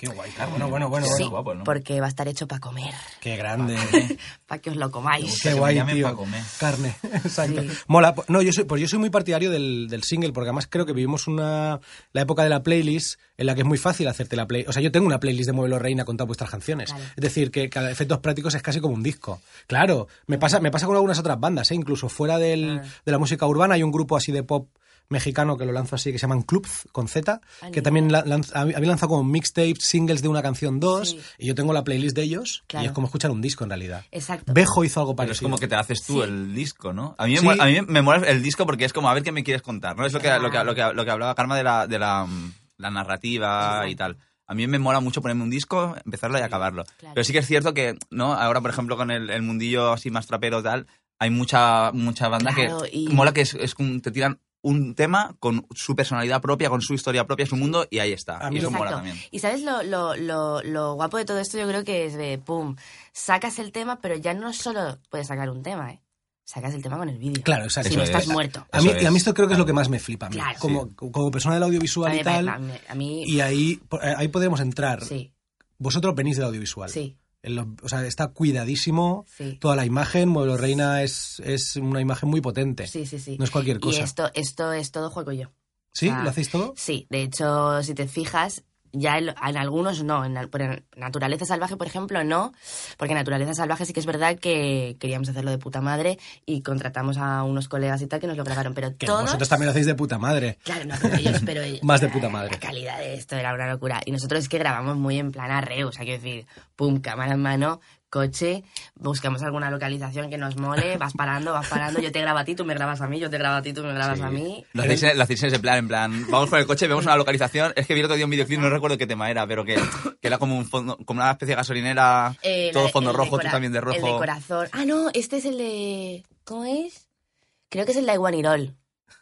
Qué guay. claro. Bueno, bueno, bueno. Sí. bueno. guapo, ¿no? Porque va a estar hecho para comer. Qué grande. Para que os lo comáis. Qué que me guay, llamen tío. pa' comer. Carne, exacto. Mola. po- No, yo soy, pues yo soy muy partidario del, del single, porque además creo que vivimos una la época de la playlist en la que es muy fácil hacerte la play. O sea, yo tengo una playlist de Modelo Reina con todas vuestras canciones. Claro. Es decir, que, que a efectos prácticos es casi como un disco. Claro, me pasa, me pasa con algunas otras bandas, ¿eh? incluso fuera del, de la música urbana hay un grupo así de pop mexicano que lo lanzo así, que se llaman Club con Z, Ah, que también la- lanz- hab- habían lanzado como mixtapes, singles de una canción, dos, Sí. y yo tengo la playlist de ellos, Claro. y es como escuchar un disco en realidad. Exacto. Bejo hizo algo Pero parecido. es como que te haces tú Sí. el disco, ¿no? A mí, me Sí. mola, a mí me mola el disco porque es como a ver qué me quieres contar, ¿no? Es lo que, lo que, lo que, lo que hablaba Karma de la, de la, mm, la narrativa y tal. A mí me mola mucho ponerme un disco, empezarlo y acabarlo. claro. Pero sí que es cierto que, ¿no? Ahora, por ejemplo, con el, el mundillo así más trapero tal, hay mucha, mucha banda Claro, que y- mola que es, es un- te tiran un tema con su personalidad propia, con su historia propia, su mundo, y ahí está. A Y mí eso lo- mola Exacto. también. Y sabes lo, lo, lo, lo guapo de todo esto, yo creo que es de, pum, sacas el tema, pero ya no solo puedes sacar un tema, ¿eh? Sacas el tema con el vídeo. Claro, exacto. Si no Eso estás es. muerto. A mí, Eso y a mí es. esto creo que es lo que más me flipa. a mí. Claro. Como, como persona del audiovisual A mí, y tal. a mí- a mí- Y ahí, por- eh, ahí podemos entrar. sí, Vosotros venís del audiovisual. sí, En lo- o sea, está cuidadísimo sí. toda la imagen. Mueblo Reina es, es una imagen muy potente. Sí, sí, sí. No es cualquier Y cosa. esto, esto es todo juego yo. ¿Sí? o sea, ¿Lo hacéis todo? Sí, de hecho, si te fijas, ya en, en algunos no. En, al- por en Naturaleza Salvaje, por ejemplo, no. Porque en Naturaleza Salvaje sí que es verdad que queríamos hacerlo de puta madre y contratamos a unos colegas y tal que nos lo grabaron. Pero Que todos... vosotros también lo hacéis de puta madre. Claro, no, pero ellos, pero ellos- Más de puta madre. La calidad de esto era una locura. Y nosotros es que grabamos muy en plan arreo, o sea, quiero decir, pum, cámara en mano, coche, buscamos alguna localización que nos mole, vas parando, vas parando, yo te grabo a ti, tú me grabas a mí, yo te grabo a ti, tú me grabas a mí. Lo hacéis, en- lo hacéis en ese plan, en plan, vamos con el coche, vemos una localización. Es que vi el otro día un videoclip, no recuerdo qué tema era, pero que, que era como un fondo, como una especie de gasolinera, Eh, la todo de- fondo el rojo, de tú cora- también de rojo. El de corazón. Ah, no, este es el de... ¿Cómo es? Creo que es el de Iguanirol.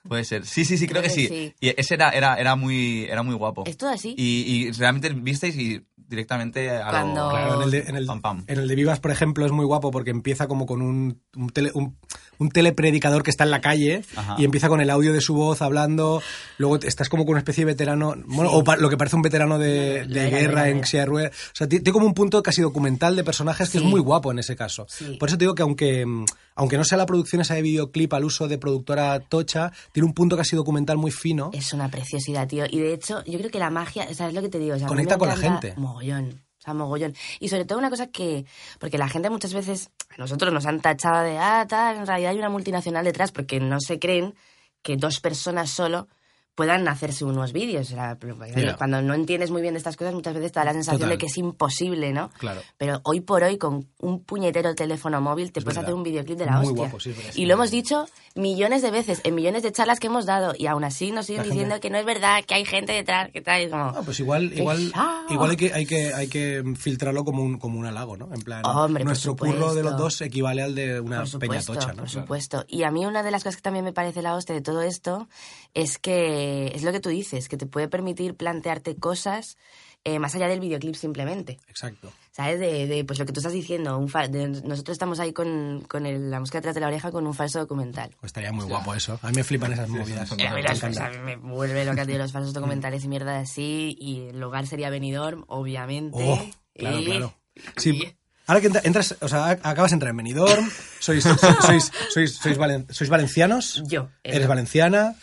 Puede ser. Sí, sí, sí, creo, que, sí. Y ese era, era, era muy, era muy guapo. Es todo así. Y, y realmente visteis y directamente a lo- Cuando- Claro, en el, de, en, el, Eh, Pam, pam. en el de Vivas, por ejemplo, es muy guapo porque empieza como con un, un, tele- un- un telepredicador que está en la calle Ajá. y empieza con el audio de su voz hablando. Luego te- estás como con una especie de veterano, bueno, o pa- lo que parece un veterano de, No, no, de no, guerra no, no, en no. silla de ruedas. O sea, ti- tiene como un punto casi documental de personajes que Sí. es muy guapo en ese caso. Sí. Por eso te digo que aunque, mm, aunque no sea la producción esa de videoclip al uso de productora tocha, tiene un punto casi documental muy fino. Es una preciosidad, tío. Y de hecho, yo creo que la magia, ¿sabes lo que te digo? O sea, a mí me Conecta con la encanta gente. Mogollón. O sea, mogollón. Y sobre todo una cosa que. Porque la gente muchas veces. A nosotros nos han tachado de. Ah, tal. En realidad hay una multinacional detrás porque no se creen que dos personas solo puedan hacerse unos vídeos. O sea, pues, Ya. Cuando no entiendes muy bien de estas cosas, muchas veces te da la sensación Total. de que es imposible, ¿no? Claro. Pero hoy por hoy, con un puñetero teléfono móvil, te Es puedes verdad. hacer un videoclip de la Muy hostia. guapo, sí, es verdad, sí. y lo hemos dicho millones de veces, en millones de charlas que hemos dado, y aún así nos siguen La gente- diciendo que no es verdad, que hay gente detrás, que tal, y como... Ah, pues igual, ¡Qué igual, chao! igual hay que, hay que, hay que filtrarlo como un, como un halago, ¿no? En plan, Hombre, por nuestro curro de los supuesto. dos equivale al de una por supuesto, peñatocha, ¿no? por supuesto. Y a mí una de las cosas que también me parece la hostia de todo esto es que es lo que tú dices, que te puede permitir plantearte cosas eh, más allá del videoclip simplemente. Exacto. ¿Sabes? De, de, pues lo que tú estás diciendo. un fa- de- nosotros estamos ahí con, con el- la mosca detrás de la oreja con un falso documental. Pues estaría muy guapo eso. A mí me flipan esas movidas. sí, Y a mí Me las- encantan. o sea, me vuelve loca, tío, los Mm. falsos documentales y mierda así. Y el lugar sería Benidorm, obviamente. Oh, claro, Y- claro. Sí, ahora que entra- entras, o sea, ac- acabas de entrar en Benidorm, sois, sois, sois, sois, sois valen- sois valencianos, Yo. eres valenciana,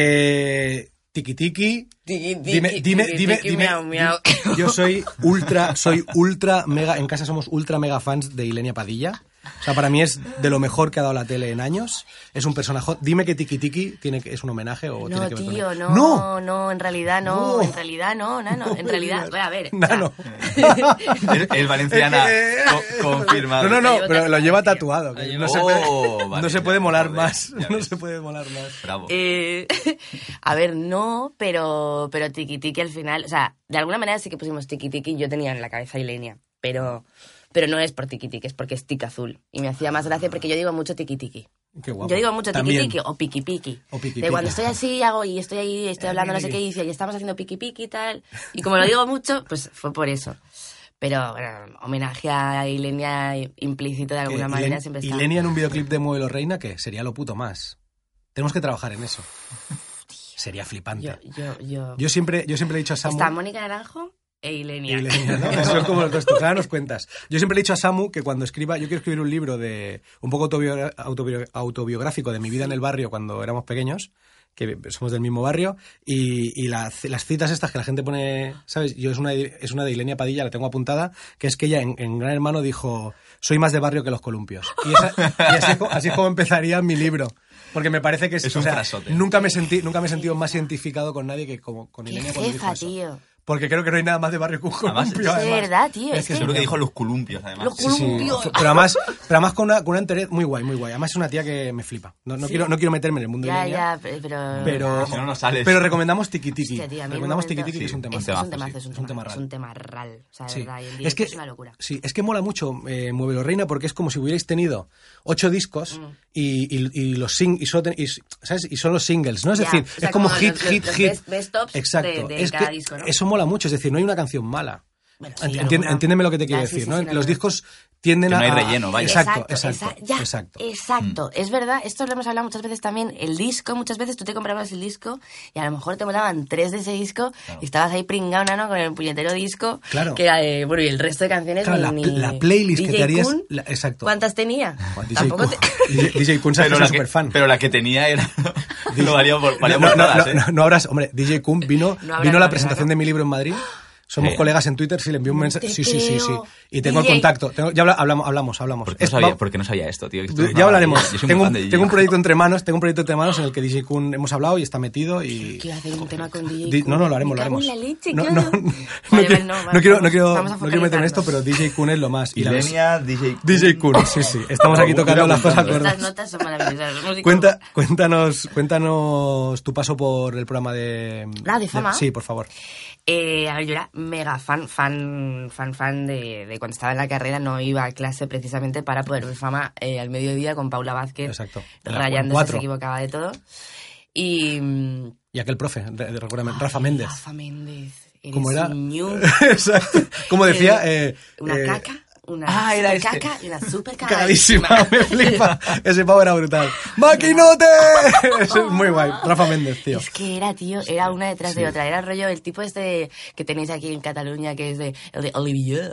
eh, tiki tiki, Dime, dime, dime, dime. Oh, di- Yo soy ultra, soy ultra mega. En casa somos ultra mega fans de Ilenia Padilla. O sea, para mí es de lo mejor que ha dado la tele en años. Es un personaje. Dime que Tiki Tiki tiene que, es un homenaje o tiene No, que ver con tío, él. no, no, en realidad no, No. en realidad no, nano, en me realidad, digas. voy a ver. o sea, Nano. Es, es valenciana Eh, co- confirmado. No, no, no, Lo llevo pero lo lleva tatuado, tatuado. que no, se puede, Oh, vale, no se ya, puede molar joder, más. ya No ves. se puede molar más. Bravo. Eh, a ver, no, pero, pero tiki tiki al final, o sea, de alguna manera sí que pusimos tiki tiki, yo tenía en la cabeza Ilenia, pero, pero no es por tiki tiki, es porque es tic azul. Y me hacía más gracia porque yo digo mucho tiki tiki. Qué guapo. Yo digo mucho tiki También. tiki o piqui piqui. O piqui De cuando piqui. estoy así hago y estoy ahí, estoy hablando no sé qué y dice, y estamos haciendo piqui piqui y tal. Y como lo digo mucho, pues fue por eso. Pero bueno, homenaje a Ilenia implícito de alguna Eh, manera Ilen- siempre está. Ilenia en un videoclip de Muevelo Reina, que sería lo puto más. Tenemos que trabajar en eso. Sería flipante. Yo, yo, yo. Yo siempre, yo siempre he dicho a Samu. Está Mónica Naranjo e y Ilenia. Ilenia, ¿no? Eso es como los dos, tú, claro, nos cuentas. Yo siempre le he dicho a Samu que cuando escriba, yo quiero escribir un libro de un poco autobiogra- autobio- autobiográfico de mi vida en el barrio cuando éramos pequeños, que somos del mismo barrio, y, y la- las citas estas que la gente pone, ¿sabes? Yo es una, de- es una de Ilenia Padilla, la tengo apuntada, que es que ella en, en Gran Hermano dijo, soy más de barrio que los columpios. Y, esa- y así, es co- así es como empezaría mi libro. Porque me parece que es, Es o un sea, frasote. nunca me sentí, nunca me he sentido más identificado con nadie que como con Qué Ilenia cuando dijo jefa, eso. tío. Porque creo que no hay nada más de barrio que un Además, columpio, es además. verdad, tío, es que- Seguro que dijo los columpios, además. eh, Los Sí, sí. columpio. Pero además, pero además con una, con una interés muy guay, muy guay. Además es una tía que me flipa. No, no quiero, no quiero meterme en el mundo de Ya, Ilenia, ya, pe- pero... Pero, Si no, no sales. pero recomendamos Tiki Tiki. Hostia, tío, a mí en un recomendamos Tiki momento- Tiki, que es un tema. Es, que es temazo, un temazo, sí, es un es un tema- tema es un tema ral. O sea, de Sí. verdad, y el Es directo que, es una locura. Sí, es que mola mucho eh, Muévelo Reina porque es como si hubierais tenido ocho Mm. discos y, y- y los sing, y, solo ten- y- ¿sabes? y son los singles, ¿no? Es Ya, decir, o sea, es como, como hit, los- los- hit, los hit. best- best ofs de- Exacto. de es cada que disco, ¿no? Eso mola mucho, es decir, no hay una canción mala. Bueno, sí, Enti- alguna. Entiéndeme lo que te quiero Ya, sí, decir, sí, ¿no? sí, la los verdad. discos tienden Que a... no hay relleno, vaya. Exacto, exacto, exa- ya, eh, exacto. Mm. exacto. Es verdad, esto lo hemos hablado muchas veces también. El disco, muchas veces tú te comprabas el disco y a lo mejor te molaban tres de ese disco y estabas ahí pringado, ¿no? Con el puñetero disco. Claro. Que era de- bueno, y el resto de canciones Claro, la, ni- la playlist que DJ te harías... Kun, la- exacto. ¿Cuántas tenía? Buah, DJ Tampoco Kun, te- DJ Kun pero, es la que, súper fan. pero la que tenía era. lo valía por, valía no, por no, todas, no, ¿eh? no, no habrás, hombre, DJ Kun vino, No vino habrá a la novedad, presentación ¿no? de mi libro en Madrid. Somos Sí. colegas en Twitter, sí le envió un No mensaje. te Sí, sí, sí, sí. creo. Y tengo el DJ. contacto. tengo- ya habla- hablamos, hablamos, hablamos. Porque no, Es- sabía, va- porque no sabía esto, tío. que esto Ya es ya una hablaremos. maravilla. Yo soy muy Tengo, fan un, de Gigi. tengo un proyecto entre manos, tengo un proyecto entre manos en el que DJ Kun hemos hablado y está metido y... Quiero hacer un tema con DJ Di- Kun. no, no, lo haremos, lo Me cago haremos. en la leche, no, qué no, no, oso. no Vale, quiero, vale, no, no quiero, vamos- no quiero- vamos a no quiero meterme en esto, pero focalizarnos. DJ Kun es lo más. Y la ves- Ilenia, DJ. DJ Kun, sí, sí. Estamos aquí tocando las cosas gordas. Estas notas son maravillosas. los músicos- Cuenta, cuéntanos, cuéntanos tu paso por el programa de... La de fama. sí, por favor. Eh, a ver, yo era mega fan, fan, fan, fan de, de cuando estaba en la carrera. No iba a clase precisamente para poder ver fama eh, al mediodía con Paula Vázquez. Exacto. Rayando, Cuatro. se equivocaba de todo. Y. mm, Y aquel profe, re- recuérdame, Rafa Méndez. Rafa Méndez. eres ¿Cómo era? ñu, Exacto. Como decía. eh, una eh, caca, una ah, era super este. caca y una super Cagadísima, cagadísima. me flipa. Ese pavo era brutal. ¡Maquinote! Ese es Muy guay. Rafa Méndez, tío. Es que era, tío, era una detrás sí. de otra. Era el rollo el tipo este que tenéis aquí en Cataluña, que es de, el de Olivier.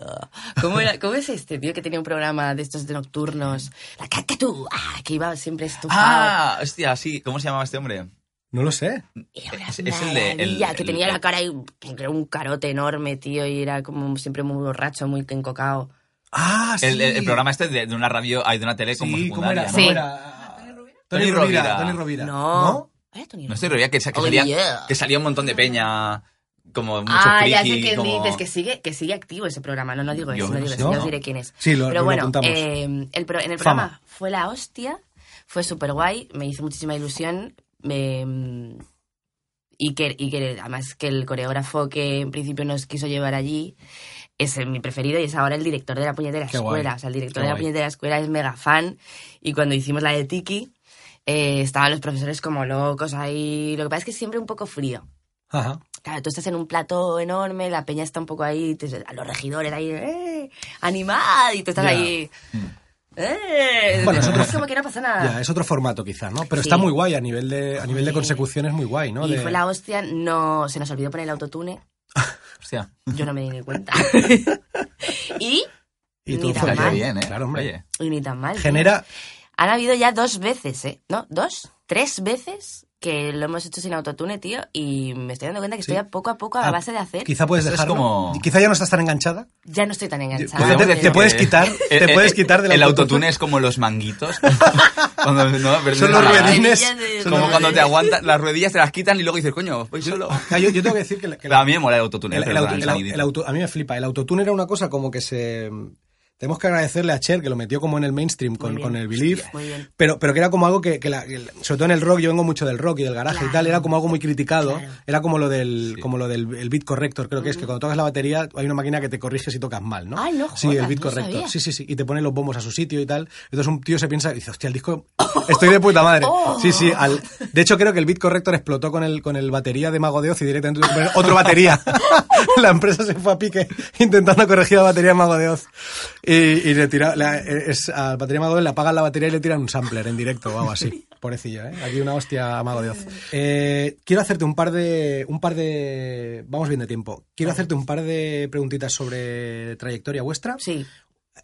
¿Cómo, era, ¿Cómo es este, tío, que tenía un programa de estos de nocturnos? La cacatú, ah, que iba siempre estufado. Ah, hostia, sí. ¿Cómo se llamaba este hombre? No lo sé. era una es- es el de- el- maravilla, que el- tenía el- la cara y era un carote enorme, tío, y era como siempre muy borracho, muy encocado. Ah, sí. El, el- el programa este de, de una radio, ay, de una tele como Sí, ¿cómo secundaria. era? ¿no? ¿Cómo Sí. era? Tony Tony Rovira. Rovira. Tony Rovira. No. ¿Era Tony No Rovira? estoy todavía que, sa- que Oh, salía, yeah. que salía un montón de peña, como mucho Ah, friki, ya sé que como... dices que sigue, que sigue activo ese programa. No, no digo Yo eso, no no digo sé. eso, ya No. os diré quién es. Sí, lo- lo Pero bueno, apuntamos. eh, el pro- en el Fama. programa fue la hostia, fue súper guay, me hizo muchísima ilusión. Me, y, que, y que además que el coreógrafo que en principio nos quiso llevar allí es el- mi preferido y es ahora el director de la puñetera Qué guay. escuela. O sea, el Qué director de la guay. puñetera escuela es mega fan y cuando hicimos la de Tiki eh, estaban los profesores como locos ahí. Lo que pasa es que siempre un poco frío. Ajá. Claro, tú estás en un plato enorme, la peña está un poco ahí, te- a los regidores ahí, ¡eh! ¡Animad! Y tú estás Ya. Mm. ahí, ¡eh! Bueno, es otro- es como que no pasa nada. Ya, es otro formato quizás, ¿no? Pero ah. Sí. está muy guay a nivel de, a nivel de consecución, es muy guay, ¿no? y De- fue la hostia, no, se nos olvidó poner el autotune, Hostia, yo no me di ni cuenta. y, y todo Mira, fue Mal. estaría guay. bien, ¿eh? Claro, hombre. Oye, y ni tan mal. tío. Genera, Han habido ya dos veces, ¿eh? ¿No? ¿Dos? ¿Tres veces? que lo hemos hecho sin autotune, tío, y me estoy dando cuenta que Sí. estoy a poco a poco a Ah, base de hacer. quizá puedes Eso es dejarlo. como- Quizá ya no estás tan enganchada. Ya no estoy tan enganchada. Podemos Podemos Pues te- decir te puedes que quitar- te el- el- puedes quitar del eh, El autotune. autotune es como los manguitos. cuando, ¿no? Pero Son no los la- ruedines. Maravillas de- Como cuando te Madre. aguantan, las ruedillas te las quitan y luego dices, coño, voy solo. Ah, Yo, yo tengo que decir que, la- que Pero la- a mí me mola el autotune. el, el perdona, auto- el el au- sonidito. el auto- a mí me flipa. El autotune era una cosa como que se... Tenemos que agradecerle a Cher que lo metió como en el mainstream con, Muy bien. con el Believe. Muy bien. Pero, pero que era como algo que, que la- que el- sobre todo en el rock, yo vengo mucho del rock y del garaje y Claro. tal, era como algo muy criticado. Claro. Era como lo del, como lo del el beat corrector, creo que es que cuando tocas la batería hay una máquina que te corrige si tocas mal, Mm. ¿no? Ay, no Sí, jodas, el beat no corrector. sabía. Sí, sí, sí. Y te pone los bombos a su sitio y tal. Entonces un tío se piensa, y dice, hostia, el disco, estoy de puta madre. Sí, sí. al- de hecho, creo que el beat corrector explotó con el, con el batería de Mago de Oz y directamente tuvo que poner otro batería. la empresa se fue a pique intentando corregir la batería de Mago de Oz. Y, y le tira, la, es, al batería de Mago de Oz le apagan la batería y le tiran un sampler en directo o algo así. Pobrecillo, ¿eh? Aquí una hostia a Mago de Oz. Eh, quiero hacerte un par de. un par de. Vamos bien de tiempo. Quiero hacerte un par de preguntitas sobre trayectoria vuestra Sí.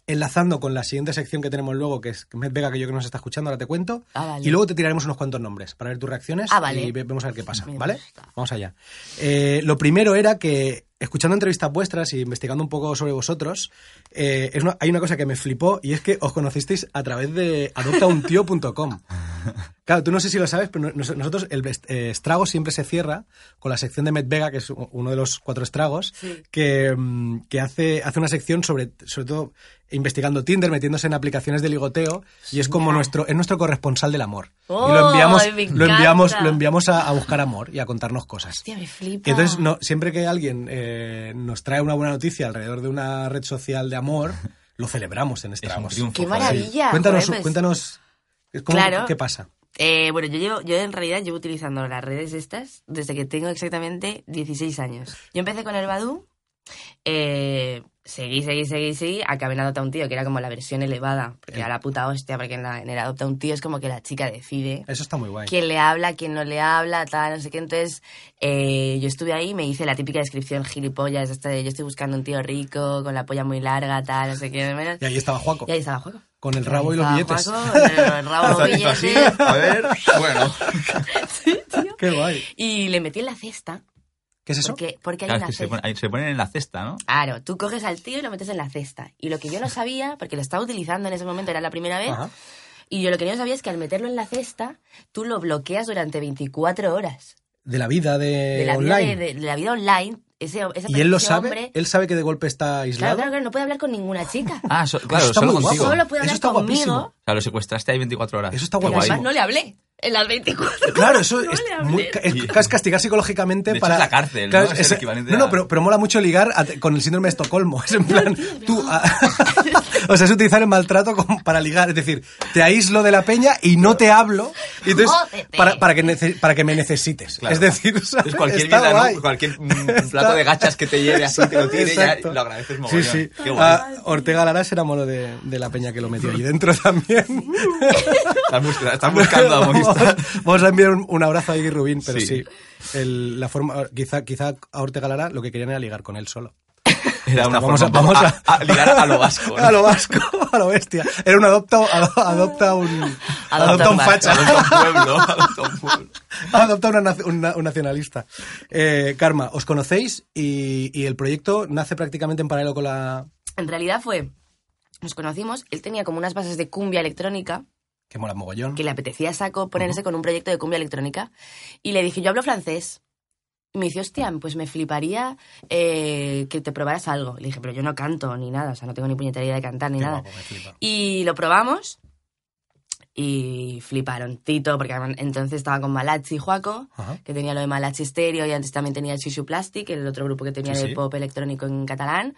enlazando con la siguiente sección que tenemos luego, que es Med Vega, que yo creo que nos está escuchando, ahora te cuento. Ah, vale. Y luego te tiraremos unos cuantos nombres para ver tus reacciones Ah, vale. y ve- vemos a ver qué pasa, Me ¿vale? gusta. Vamos allá. Eh, lo primero era que, escuchando entrevistas vuestras y investigando un poco sobre vosotros, eh, es una- hay una cosa que me flipó y es que os conocisteis a través de adoptauntío.com. Claro, tú no sé si lo sabes, pero no- nos- nosotros el est- eh, estrago siempre se cierra con la sección de Med Vega, que es u- uno de los cuatro estragos, Sí. que, mm, que hace, hace una sección sobre, sobre todo investigando Tinder, metiéndose en aplicaciones de ligoteo, y es como Genial. nuestro, es nuestro corresponsal del amor. y lo ¡Oh, enviamos, me lo enviamos, encanta! lo enviamos a, a buscar amor y a contarnos cosas. Hostia, me flipa. Y entonces, no, siempre que alguien eh, nos trae una buena noticia alrededor de una red social de amor, lo celebramos en Es un estragos. triunfo. Qué joder. maravilla. Ya, cuéntanos, joder, pues. cuéntanos ¿cómo- Claro. qué pasa. Eh, bueno, yo, llevo, yo en realidad llevo utilizando las redes estas desde que tengo exactamente 16 años. Yo empecé con el Badoo, eh, seguí, seguí, seguí, seguí, acabé en Adopta un Tío, que era como la versión elevada, porque a la puta hostia, porque en, la, en el Adopta un Tío es como que la chica decide Eso está muy guay. quién le habla, quién no le habla, tal, no sé qué. Entonces, eh, yo estuve ahí, me hice la típica descripción gilipollas, esta de yo estoy buscando un tío rico, con la polla muy larga, tal, no sé qué. Y ahí estaba Juaco, Y ahí estaba Juego. con el rabo y los Estaba billetes. Juaco, el rabo, Hizo los así, billetes. a ver, bueno. Qué guay. Y le metí en la cesta. ¿Qué es eso? Porque, porque hay Claro, Ah, es una que se, cesta. pon- ahí se ponen en la cesta, ¿no? Claro, tú coges al tío y lo metes en la cesta. Y lo que yo no sabía, porque lo estaba utilizando en ese momento, era la primera vez, Ajá. y yo lo que yo no sabía es que al meterlo en la cesta, tú lo bloqueas durante 24 horas. De la vida de, De la, vida, Eh, online. de, de- de la vida online, ese, esa Y él lo ese sabe, hombre- él sabe que de golpe está aislado. claro, claro, claro, no puede hablar con ninguna chica. Ah, so- claro, está solo muy guapo. contigo. Solo Eso puede hablar está conmigo. guapísimo. O sea, lo secuestraste ahí 24 horas. Eso está Qué Pero guay. guapísimo. además no le hablé. en las 24. Eh, Claro, eso No es, le muy- hables. ca- es ca- es castigar psicológicamente De hecho, para. es la cárcel, ¿no? Es el ese- equivalente no, no, a- pero, pero mola mucho ligar a- con el síndrome de Estocolmo. Es en plan. Tú, a- o sea, es utilizar el maltrato como para ligar. Es decir, te aíslo de la peña y no te hablo. Y entonces, Jódete. para, para, que, nece- para que me necesites. Claro. Es decir, ¿sabes? Es cualquier Está mierda, ¿no? guay. Cualquier, mm, plato de gachas que te lleve así, te lo tire, ya Exacto. lo agradeces mogollón. Sí, sí. Qué guay. Ah, Ortega Lara será mono de, de la peña que lo metió allí dentro también. Estás, bus- estás buscando a Movistar. Vamos, vamos a enviar un, un abrazo a Iggy Rubín, pero Sí. sí. El- la forma, quizá, quizá a Ortega Lara lo que querían era ligar con él solo. Era una vamos forma a- vamos a, a ligar a lo vasco. ¿no? A lo vasco, a lo bestia. Era un adopta, ado- adopta un. Adopta, un un vasco. facha. Adopta un pueblo, adopta un pueblo. Adopta una nac- un na- un nacionalista. Eh, Karma, os conocéis y, y el proyecto nace prácticamente en paralelo con la. En realidad fue, nos conocimos, él tenía como unas bases de cumbia electrónica Que mola mogollón. que le apetecía saco ponerse con un proyecto de cumbia electrónica. Y le dije, yo hablo francés. Y me dice, hostia, pues me fliparía eh, que te probaras algo. Le dije, pero yo no canto ni nada, o sea, no tengo ni puñetera idea de cantar ni Qué nada. guapo, me flipa. Y lo probamos y fliparon. Tito, porque además entonces estaba con Malachi y Juaco, Ajá. que tenía lo de Malachi Stereo y antes también tenía el Chichu Plastic, el otro grupo que tenía Sí, de sí. pop electrónico en catalán.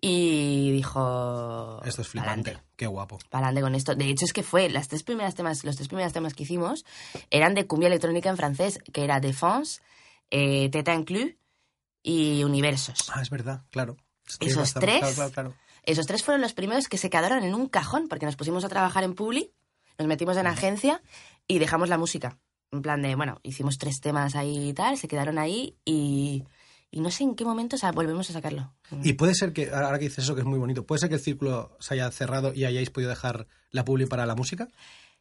Y dijo... Esto es flipante. Qué guapo. Pa'lante con esto. De hecho, es que fue las tres primeras temas, los tres primeros temas que hicimos eran de cumbia electrónica en francés, que era Défense, eh, Teta Inclus y Universos. Ah, es verdad, claro. Estoy Esos bastante- tres. claro, claro, claro. Esos tres fueron los primeros que se quedaron en un cajón porque nos pusimos a trabajar en Publi, nos metimos en agencia y dejamos la música. En plan de, bueno, hicimos tres temas ahí y tal, se quedaron ahí y, y no sé en qué momento o sea, volvemos a sacarlo. Y puede ser que, ahora que dices eso que es muy bonito, ¿puede ser que el círculo se haya cerrado y hayáis podido dejar la publi para la música?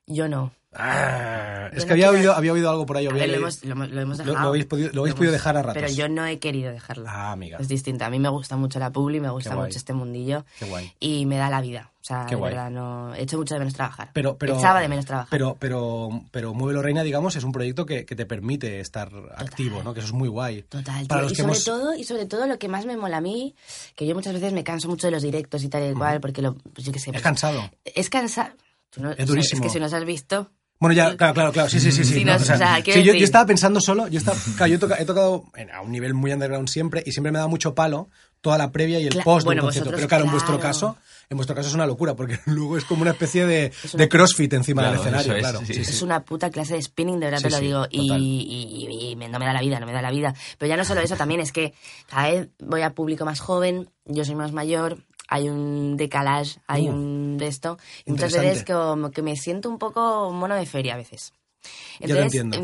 Yo no. Ah, es que Yo no había quiero- oído, había oído algo por ahí. A había ver, leído. lo hemos, lo, hemos- lo hemos Lo- dejado. lo habéis podido- lo habéis hemos- podido dejar a ratos. Pero yo no he querido dejarlo. Ah, amiga, Es distinto. A mí me gusta mucho la publi, me gusta Qué guay. mucho este mundillo qué guay. y me da la vida. O sea, Qué de guay. verdad, no... echo mucho de menos trabajar. Pero, pero, Echaba de menos trabajar. Pero, pero, pero Muévelo Reina, digamos, es un proyecto que, que te permite estar activo, ¿no? Que eso es muy guay. Total, Para tío. los y que sobre hemos- todo y sobre todo lo que más me mola a mí, que yo muchas veces me canso mucho de los directos y tal y cual, porque lo, pues yo qué sé, Es pues, cansado. es cansar, Es durísimo. que si nos has visto, Bueno, ya, claro, claro, claro, sí, sí, sí. sí, Sí, no, no, o sea, quiero sí, yo, decir- yo estaba pensando solo, yo, estaba, claro, yo he toca- he tocado en- a un nivel muy underground siempre y siempre me da mucho palo toda la previa y el Cla- post bueno, del concierto. vosotros, Pero claro, en vuestro claro. caso, en vuestro caso es una locura porque luego es como una especie de, una- de crossfit encima Claro, del escenario, eso es, claro. sí, sí, sí. sí. es una puta clase de spinning, de verdad Sí, te lo sí, digo, y, total. y- y me- no me da la vida, no me da la vida. Pero ya no solo eso, también es que cada vez voy a público más joven, yo soy más mayor, hay un decalage, hay Uh, un de esto, y muchas interesante. veces como que me siento un poco mono de feria a veces. Ya te Entonces, entiendo.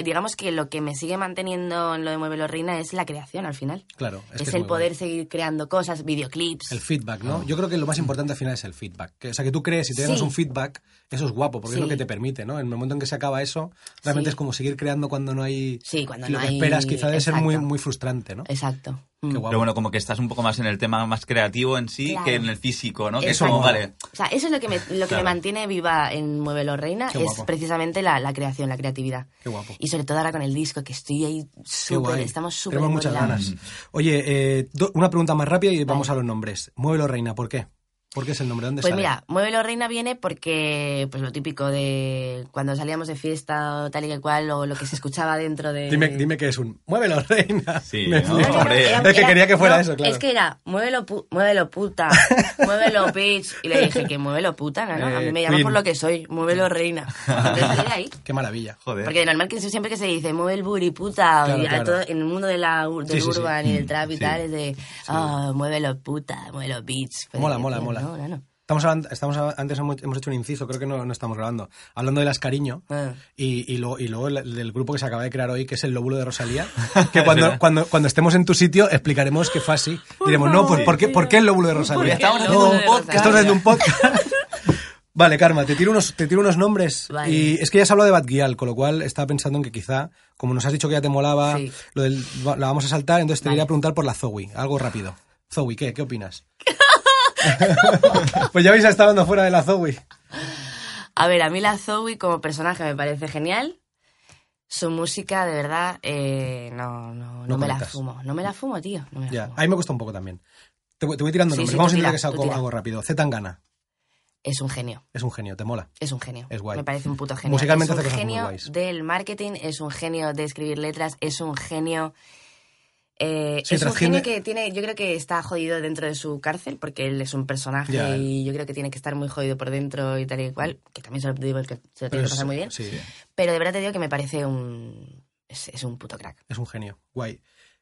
mm, digamos que lo que me sigue manteniendo en lo de Muévelo Reina es la creación al final. Claro, es, es, que es el muy guay. poder seguir creando cosas, videoclips. El feedback, ¿no? Yo creo que lo más importante al final es el feedback. Que, o sea, que tú crees y te ganas Sí. un feedback, eso es guapo, porque Sí. es lo que te permite, ¿no? En el momento en que se acaba eso, realmente Sí. es como seguir creando cuando no hay Sí, cuando lo no que hay- esperas, quizá debe ser muy, Exacto. muy frustrante, ¿no? Exacto. Mm. Qué guapo. Pero bueno, como que estás un poco más en el tema más creativo en sí Claro. que en el físico, ¿no? Que es Exacto. como, vale, O sea, eso es lo que me, lo que Claro. me mantiene viva en Muévelo Reina, Qué es guapo. precisamente la, la creación, la creatividad. Qué guapo. Y sobre todo ahora con el disco, que estoy ahí Qué súper, guay. estamos súper Tenemos muchas embolados. ganas. Oye, eh, do- una pregunta más rápida y vamos a los nombres. Muévelo, Reina, ¿por qué? ¿Por qué es el nombre? ¿Dónde Pues sale? mira, Muévelo Reina viene porque, pues lo típico de cuando salíamos de fiesta o tal y que cual, o lo que se escuchaba dentro de... Dime, dime que es un. Muévelo, Reina. Sí, Me ¿no? flipa. Hombre. eh, era- Es que era- quería que fuera no, eso, claro. Es que era, muévelo, pu- muévelo puta, muévelo bitch. Y le dije que muévelo puta, no, no, a mí Eh, me llaman Queen. por lo que soy, muévelo reina. Entonces salí de ahí. Qué maravilla. joder. Porque de normal que siempre que se dice mueve el booty puta, Claro, y a claro. todo- en el mundo de la, ur- del Sí, sí, sí. urban y del trap y sí. tal, es de ah, muévelo puta, muévelo bitch. Pero Mola, yo, mola, tío, mola. pues, No, no, no. Estamos, hablando- estamos hablando- antes hemos hemos hecho un inciso, creo que no, no estamos grabando. Hablando de las cariño Ah. y, y luego, y luego el- del grupo que se acaba de crear hoy, que es el lóbulo de Rosalía, que Es cuando, verdad. cuando, cuando estemos en tu sitio explicaremos que fue así. Diremos, no, pues ¿por qué, ¿por qué el lóbulo de Rosalía? Estamos No, haciendo un podcast. Estamos haciendo un podcast. Vale, Karma, te tiro unos, te tiro unos nombres. Vale. Y es que ya has hablado de Batguial, con lo cual estaba pensando en que quizá, como nos has dicho que ya te molaba, Sí. lo del, va- la vamos a saltar, entonces te Vale. iría a preguntar por la Zoe, algo rápido. Zoe, ¿qué? ¿Qué opinas? pues ya veis, está hablando fuera de la Zoe. A ver, a mí la Zoe como personaje me parece genial. Su música, de verdad, eh, no, no, no, No me la conectas. fumo. No me la fumo, tío. No me la Ya, fumo. a mí me cuesta un poco también. Te, voy- te voy tirando Sí, nombres. sí, Vamos tú a intentar tira, que sea tú algo, tira. algo rápido. Z Tangana. es un genio. Es un genio, te mola. Es un genio. Es guay. Me parece un puto genio. Musicalmente es un hace cosas muy genio guays. del marketing, es un genio de escribir letras, es un genio. eh, Sí, es un trasciende- genio que tiene, yo creo que está jodido dentro de su cárcel porque él es un personaje Ya. y yo creo que tiene que estar muy jodido por dentro y tal y cual, que también se lo digo que se lo tiene que Pero pasar es- muy bien. Sí, Pero de verdad te digo que me parece un. Es, es un puto crack. es un genio. Guay.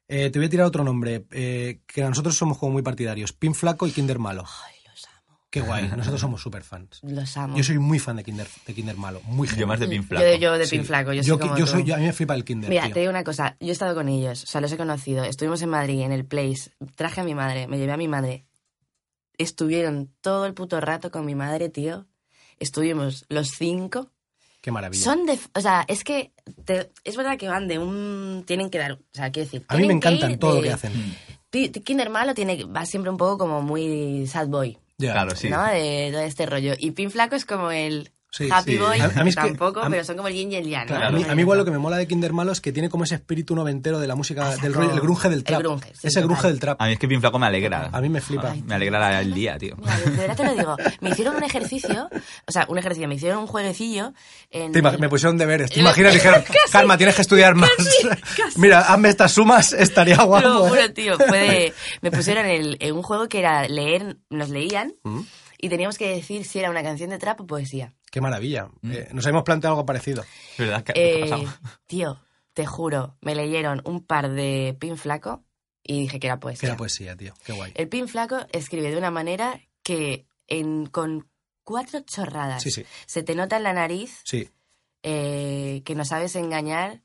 Eh, te voy a tirar otro nombre, eh, que a nosotros somos como muy partidarios. Pin Flaco y Kinder Malo. Ay, los amo. Qué guay, nosotros somos súper fans. Los amo. Yo soy muy fan de Kinder, de Kinder Malo, muy Yo más de pin flaco. Yo, yo de Sí. pin flaco, yo, yo, soy como yo tú. soy- yo- a mí me flipa el Kinder, Mira, tío. te digo una cosa, yo he estado con ellos, o sea, los he conocido, estuvimos en Madrid, en el Place, traje a mi madre, me llevé a mi madre, estuvieron todo el puto rato con mi madre, tío, estuvimos los cinco, Qué maravilla. son de, o sea, es que te- es verdad que van de un, tienen que dar, o sea, quiero decir, a mí me tienen que encantan ir todo lo de- que Mm. hacen. Ti- ti- Kinder Malo tiene, va siempre un poco como muy sad boy, Ya. Claro, sí. ¿no? De todo este rollo, y Pin Flaco es como el Sí, happy sí. boy, A- a mí es que- tampoco, a mí- pero son como el yin y el yang, ¿no? Claro, a, mí, a mí igual lo que me mola de Kinder Malo es que tiene como ese espíritu noventero de la música, Ah, del saco. rollo, el grunge del El trap. grunge, sí, ese total. grunge del trap. A mí es que pin flaco me alegra. A mí me flipa. Ah, Me alegra el día, tío. Mira, de de verdad te lo digo. Me hicieron un ejercicio, o sea, un ejercicio, me hicieron un jueguecillo. En Te imag- el- me pusieron deberes. ¿Te imaginas? Dijeron, Karma, tienes que estudiar más. casi. Mira, hazme estas sumas, estaría Te guapo. lo ¿eh? juro, tío. fue de- me pusieron el- en un juego que era leer, nos leían Mm. y teníamos que decir si era una canción de trap o poesía. Qué maravilla. Eh, nos habíamos planteado algo parecido. Es verdad que ¿qué ha Eh, pasado. tío, te juro, me leyeron un par de pin flaco y dije que era Que poesía. era poesía, tío. Qué guay. El pin flaco escribe de una manera que en, con cuatro chorradas Sí, sí, se te nota en la nariz sí. eh, que no sabes engañar.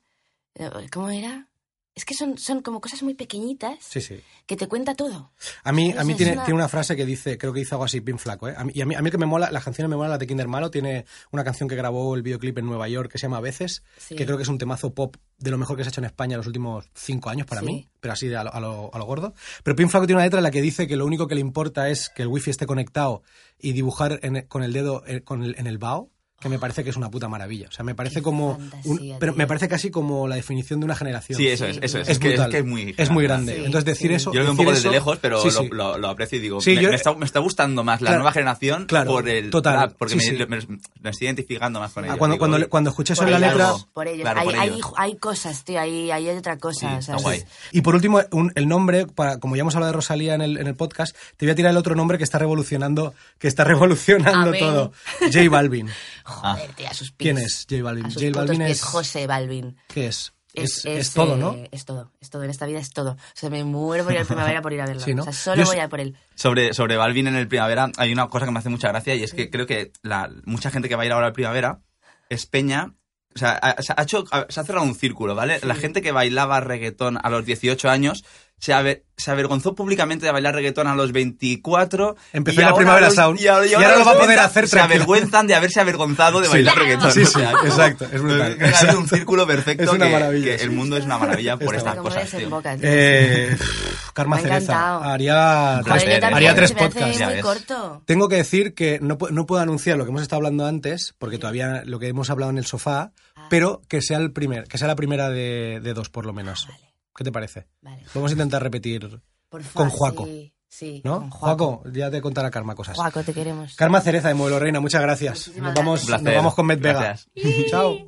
Eh, ¿Cómo era? Es que son, son como cosas muy pequeñitas Sí, sí. que te cuenta todo. A mí, Pero a mí eso es tiene, una- tiene una frase que dice, creo que dice algo así, pin flaco, ¿eh? A mí, y a mí, a mí que me mola, las canciones me mola, la de Kinder Malo, tiene una canción que grabó el videoclip en Nueva York que se llama A veces, Sí. que creo que es un temazo pop de lo mejor que se ha hecho en España en los últimos cinco años para Sí. mí, pero así de a lo, a lo- a lo gordo. Pero Pin Flaco tiene una letra en la que dice que lo único que le importa es que el wifi esté conectado y dibujar en- con el dedo eh, con el- en el vaho que me parece que es una puta maravilla. O sea, me parece Ah. Qué como... un- fantasía, pero me tío. parece casi como la definición de una generación. Sí, eso es, eso es. Es Es, que, es brutal. que es muy... Es muy grande. Sí, Entonces decir sí. eso... Yo lo veo un decir poco desde eso- lejos, pero Sí, lo- sí. Lo, lo aprecio y digo, Sí, me, yo- me está, me está gustando más la Claro, nueva generación claro, por el total, trap, porque sí, me, sí. me- me estoy identificando más con Ah, ellos. cuando, Digo, cuando, oye, cuando escuché eso por en la ahí letra... algo. Por ellos. Claro, hay, por hay- ellos. hay cosas, tío, hay, hay otra cosa. Sí, o sea, está guay. es- Y por último, un- el nombre, para, como ya hemos hablado de Rosalía en el, en el podcast, te voy a tirar el otro nombre que está revolucionando, que está revolucionando Amén. todo. J Balvin. Joder, tío, a sus pies. Ah. ¿Quién es J Balvin? A sus J putos Balvin pies, es. José Balvin. ¿Qué es? Es, es todo, ¿no? eh, Es todo, es todo. En esta vida es todo. O sea, me muero por ir al primavera por ir a verlo. Sí, ¿no? O sea, solo Yo voy sí- a por él. Sobre, sobre Balvin en el primavera, hay una cosa que me hace mucha gracia y es que creo que la, mucha gente que va a ir ahora al primavera es peña. O sea, ha- se ha, hecho, ha- se ha cerrado un círculo, ¿vale? La gente que bailaba reggaetón a los 18 años se, aver- se avergonzó públicamente de bailar reggaetón a los 24. Empezó y la ahora Primavera los- Sound, Y ahora, y ahora ahora lo va a los poder 30 hacer Se tranquilo. avergüenzan de haberse avergonzado de Sí. bailar reggaetón. Sí, o sí, sea, exacto, es brutal, Ha sido un exacto. círculo perfecto. Es una que- maravilla, que sí. el mundo es una maravilla por Está estas Como cosas. tío. desemboca, tío. Eh, pff, Karma Me ha encantado. Cereza. Haría, Joder, yo Joder, también, haría eh. tres se me hace podcasts. Ya muy ves. corto. Tengo que decir que no, pu- no puedo anunciar lo que hemos estado hablando antes, porque todavía lo que hemos hablado en el sofá, Ah. pero que sea, el primer, que sea la primera de, de dos, por lo menos. Ah, vale. ¿Qué te parece? Vale. Vamos a intentar repetir, Por favor, Con Juaco, Sí, sí, ¿no? con Juaco. Juaco, ya te contará Karma cosas. Juaco, te queremos. Karma Cereza de Muelo Reina, muchas gracias. Muchísimas Nos vamos, Un nos placer. vamos con Med Vega. Gracias. Chao.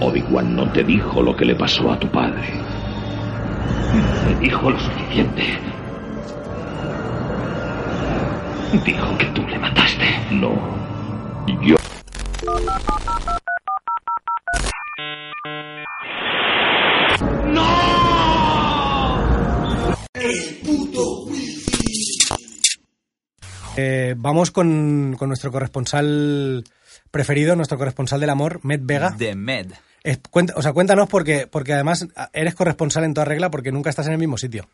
Obi-Wan no te dijo lo que le pasó a tu padre. Te dijo lo suficiente. Dijo que tú le mataste. No. Yo. Eh, vamos con, con nuestro corresponsal preferido, nuestro corresponsal del amor, Med Vega. De Med. Es- cuenta- o sea, cuéntanos porque, porque además a- eres corresponsal en toda regla porque nunca estás en el mismo sitio.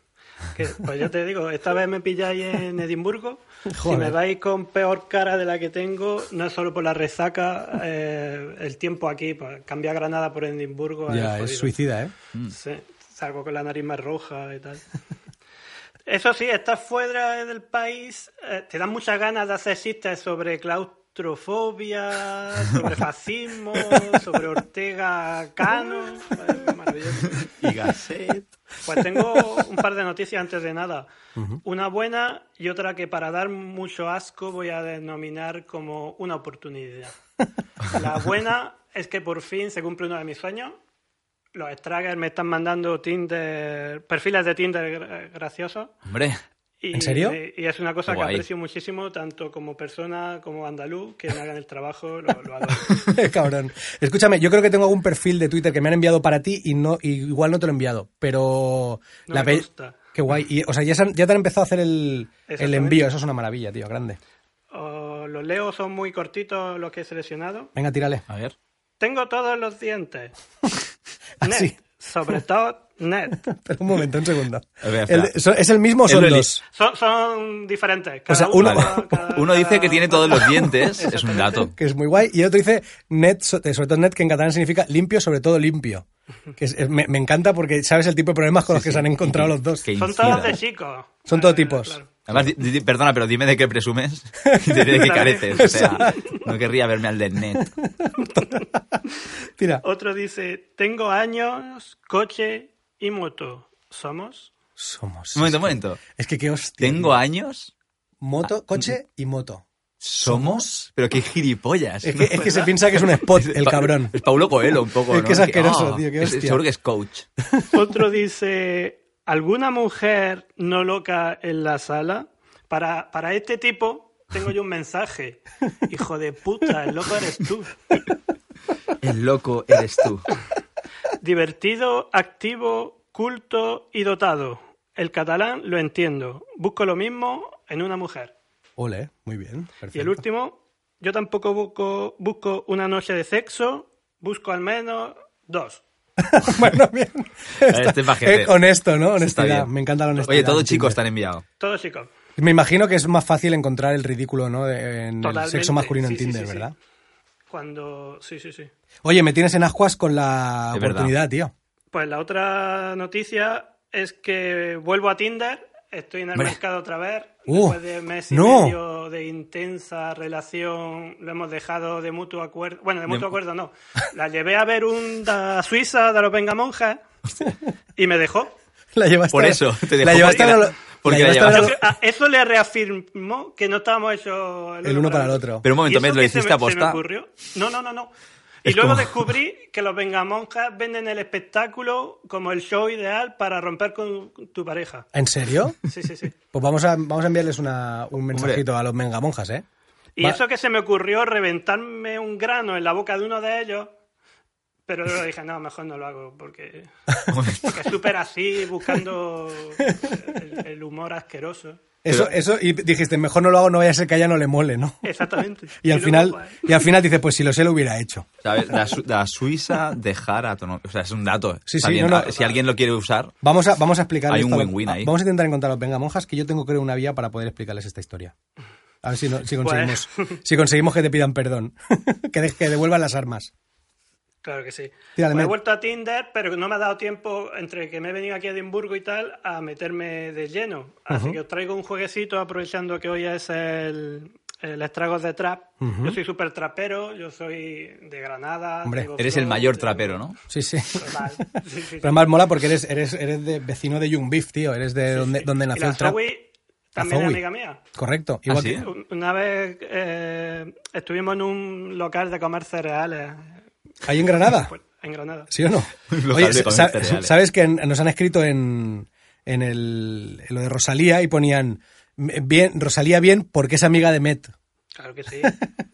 Que, pues ya te digo, esta vez me pilláis en Edimburgo. Si Joder. me vais con peor cara de la que tengo, no es solo por la resaca, eh, el tiempo aquí, pues, cambiar Granada por Edimburgo. es ya, es jodido. suicida, ¿eh? Sí, salgo con la nariz más roja y tal. Eso sí, estar fuera del país eh, te dan muchas ganas de hacer chistes sobre claustrofobia, sobre fascismo, sobre Ortega Cano. Eh, maravilloso. Y Gasset. Pues tengo un par de noticias antes de nada. Una buena y otra que para dar mucho asco voy a denominar como una oportunidad. La buena es que por fin se cumple uno de mis sueños. Los estragers me están mandando Tinder, perfiles de Tinder gra- graciosos. Hombre, Y, ¿En serio? eh, Y es una cosa que Guay. aprecio muchísimo, tanto como persona como andaluz, que me hagan el trabajo, lo, lo adoro. Cabrón. Escúchame, yo creo que tengo algún perfil de Twitter que me han enviado para ti y no y igual no te lo he enviado, pero No la me pe- consta. Qué guay. Y, o sea, ya, se han- ya te han empezado a hacer el, el Exactamente. envío. Eso es una maravilla, tío, grande. O los leo son muy cortitos los que he seleccionado. Venga, tírale. a ver. Tengo todos los dientes. Net. Así. Sobre todo net. Pero un momento, un segundo. A ver, El- espera. so- ¿Es el mismo o Es son lo del- dos? Son, son diferentes. Cada sea, uno, uno- cada- cada- Uno dice que tiene todos los dientes, es un Exactamente. dato. Que es muy guay. Y el otro dice net, so- eh, sobre todo net, que en catalán significa limpio, sobre todo limpio. Que es- es- me, me encanta porque sabes el tipo de problemas con los que se han encontrado los dos. Que Son incida. todos de chicos. Son todo Eh, tipos. claro. Además, di- di- perdona, pero dime de qué presumes y te diré de qué careces. O sea, no querría verme al de net. Oh. Tira. Otro dice, tengo años, coche y moto. ¿Somos? Somos. Un momento, un momento. Es que qué hostia. Tengo Ah, años, Moto, coche y moto. somos, pero qué gilipollas. Es que, es que se piensa que es un spot, el cabrón. Es Paulo Coelho un poco, Es ¿no? que es asqueroso, ah, tío, qué es- hostia. Seguro que es coach. Otro dice, ¿alguna mujer no loca en la sala? Para, para este tipo tengo yo un mensaje. Hijo de puta, el loco eres tú. El loco eres tú. Divertido, activo, culto y dotado. El catalán lo entiendo. Busco lo mismo en una mujer. Ole, muy bien. Perfecto. Y el último, yo tampoco busco, busco una noche de sexo, busco al menos dos. bueno, bien. Este Está- es majete. eh, honesto, ¿no? Está Honestidad. bien. Me encanta la honestidad. Oye, todos en Tinder. chicos te han enviado. Todo chicos. Me imagino que es más fácil encontrar el ridículo, ¿no? De- en el Totalmente. sexo masculino Sí, en sí, Tinder, sí, sí. ¿verdad? Cuando... Sí, sí, sí. Oye, me tienes en ascuas con la De verdad. oportunidad, tío. Pues la otra noticia es que vuelvo a Tinder, estoy en el Hombre. mercado otra vez. Uh, Después de mes y no. medio de intensa relación, lo hemos dejado de mutuo acuerdo. Bueno, de mutuo acuerdo no. La llevé a ver un da suiza de los Vengamonjas y me dejó. La llevaste Por a- eso, te dejó la llevaste porque a la- la- porque la llevaste a Yo Claro. creo- a- eso le reafirmó que no estábamos hechos el uno para el otro. Pero un momento, ¿Y eso Met, ¿lo que se hiciste me- se me aposta? ocurrió? No, no, no, no. Es Y luego como- descubrí que los vengamonjas venden el espectáculo como el show ideal para romper con tu pareja. ¿En serio? Sí, sí, sí. Pues vamos a, vamos a enviarles una- un mensajito a los mengamonjas, ¿eh? Y Va- eso que se me ocurrió reventarme un grano en la boca de uno de ellos, pero luego dije, no, mejor no lo hago porque, porque es súper así, buscando el, el humor asqueroso. Eso, eso, y dijiste, mejor no lo hago, no vaya a ser que a ella no le mole, ¿no? Exactamente. Y al luego, final, pues, y al final dice, pues si lo sé, lo hubiera hecho. ¿Sabes? La, su- la Suiza dejar a tono- O sea, es un dato. Sí, sí, También, no, no. ah, Si alguien lo quiere usar, Vamos a, vamos a explicarles. Hay un todo- win-win ahí. Vamos a intentar encontrar a los vengamonjas, que yo tengo creo una vía para poder explicarles esta historia. A ver si, no- si conseguimos, si conseguimos que te pidan perdón. que, de- que devuelvan las armas. Claro que sí. Tírale, Pues Mer. he vuelto a Tinder, pero no me ha dado tiempo, entre que me he venido aquí a Edimburgo y tal, a meterme de lleno. Así que os traigo un jueguecito, aprovechando que hoy es el, el estragos de trap. Yo soy súper trapero, yo soy de Granada. Hombre, tengo eres el flow, mayor tengo- trapero, ¿no? Sí, sí. Total. Sí, sí, sí. Pero además mola porque eres, eres, eres de vecino de Young Beef, tío. Eres de donde, Sí. donde Y nació la el trap. Zoe también es Zoe. amiga mía. Correcto. ¿Ah, sí? que- Un- Una vez eh, estuvimos en un local de comer cereales ¿Hay en Granada? pues, en Granada. ¿Sí o no? Un local de comer sa- este cereales. ¿sabes que en- nos han escrito en, en, el, en lo de Rosalía y ponían bien, Rosalía bien porque es amiga de Met? Claro que sí.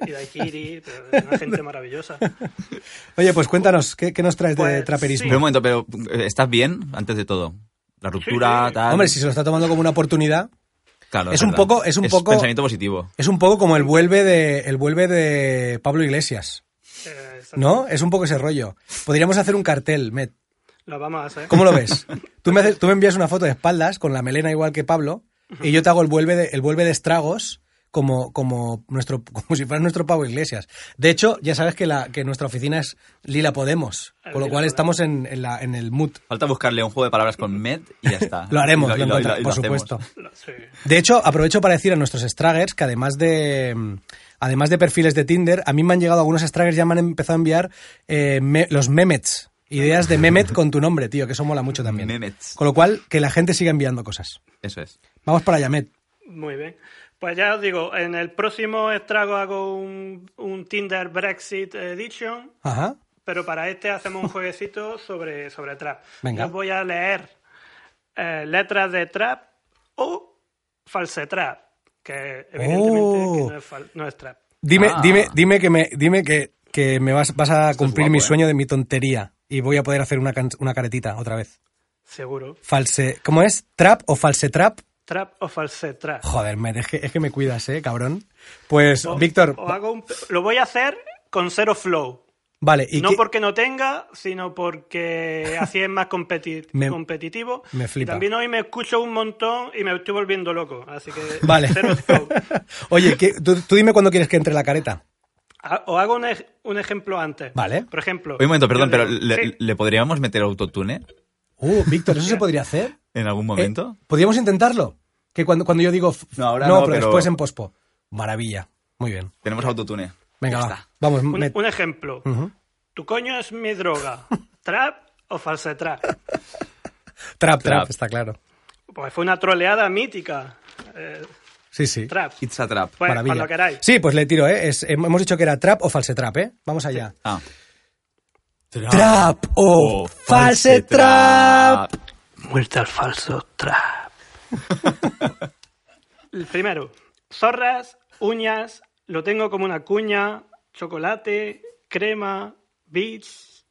Y Daikiri, pero es una gente maravillosa. Oye, pues cuéntanos, ¿qué, qué nos traes de Pues, traperismo? sí. Pero un momento, pero eh, ¿estás bien antes de todo? La ruptura, sí. tal. Hombre, si se lo está tomando como una oportunidad, Claro, es un verdad. poco- es un poco- pensamiento positivo. es un poco como el vuelve de, el vuelve de Pablo Iglesias, Eh, eso ¿no? Es un poco ese rollo. Podríamos hacer un cartel, Met. Lo vamos a hacer. ¿Cómo lo ves? Tú me, haces- tú me envías una foto de espaldas con la melena igual que Pablo y yo te hago el vuelve de, el vuelve de estragos como, como, nuestro, como si fuera nuestro Pablo Iglesias. De hecho, ya sabes que, la, que nuestra oficina es Lila Podemos, El con lo Ah, cual Lila Podemos. estamos en, en la- en el mood. Falta buscarle un juego de palabras con Med y ya está. Lo haremos, Ah, Y lo y y encontramos, y por lo hacemos. supuesto. Lo- sí. De hecho, aprovecho para decir a nuestros straggers que además de además de perfiles de Tinder, a mí me han llegado algunos straggers ya me han empezado a enviar eh, me- los memets Ideas de Mehmet con tu nombre, tío, que eso mola mucho también. Mehmets. Con lo cual, que la gente siga enviando cosas. Eso es. Vamos para allá, Mehmet. Muy bien. Pues ya os digo, en el próximo estrago hago un, un Tinder Brexit Edition, Ajá. pero para este hacemos un jueguecito sobre, sobre trap. Venga. Yo voy a leer eh, letras de trap o falsetrap, que evidentemente Oh. que no, es fal- no es trap. Dime, Ah. dime, dime que me, dime que, que me vas, vas a cumplir guapo, mi ¿eh? sueño de mi tontería y voy a poder hacer una, can- una caretita otra vez. Seguro. False, ¿cómo es? ¿Trap o falsetrap? Trap o falsetrap. Joder, Mehmet, es que, es que me cuidas, eh, cabrón. Pues, O- Víctor, o hago un- lo voy a hacer con cero flow. vale, y no qui- porque no tenga, sino porque así es más competi- Me- competitivo. me flipa. Y También hoy me escucho un montón y me estoy volviendo loco. Así que Vale. cero flow. Oye, ¿qué- tú, tú dime cuándo quieres que entre la careta. Ha- Os hago un, ej- un ejemplo antes. Vale. Por ejemplo. Oye, un momento, perdón, yo pero digo, ¿le, sí, le podríamos meter autotune Uh, Víctor, ¿eso se podría hacer? en algún momento? Eh, ¿Podríamos intentarlo? Que cuando, cuando yo digo... f- No, ahora no, pero pero- después en pospo. Maravilla. Muy bien. Tenemos autotune. Venga, Ya va. está. Vamos, un, Mehmet. un ejemplo. Ujú. Tu coño es mi droga. ¿Trap o falsetrap? Trap, trap, Trap. está claro. Pues fue una troleada mítica. Eh, Sí, sí. trap. It's a trap. Pues, Maravilla. cuando queráis. Sí, pues le tiro, ¿eh? Es- hemos dicho que era trap o falsetrap, ¿eh? Vamos allá. Ah. Trap Oh, o falsetrap. Muerte al falso trap. El primero. Zorras, uñas, lo tengo como una cuña, chocolate, crema, beach,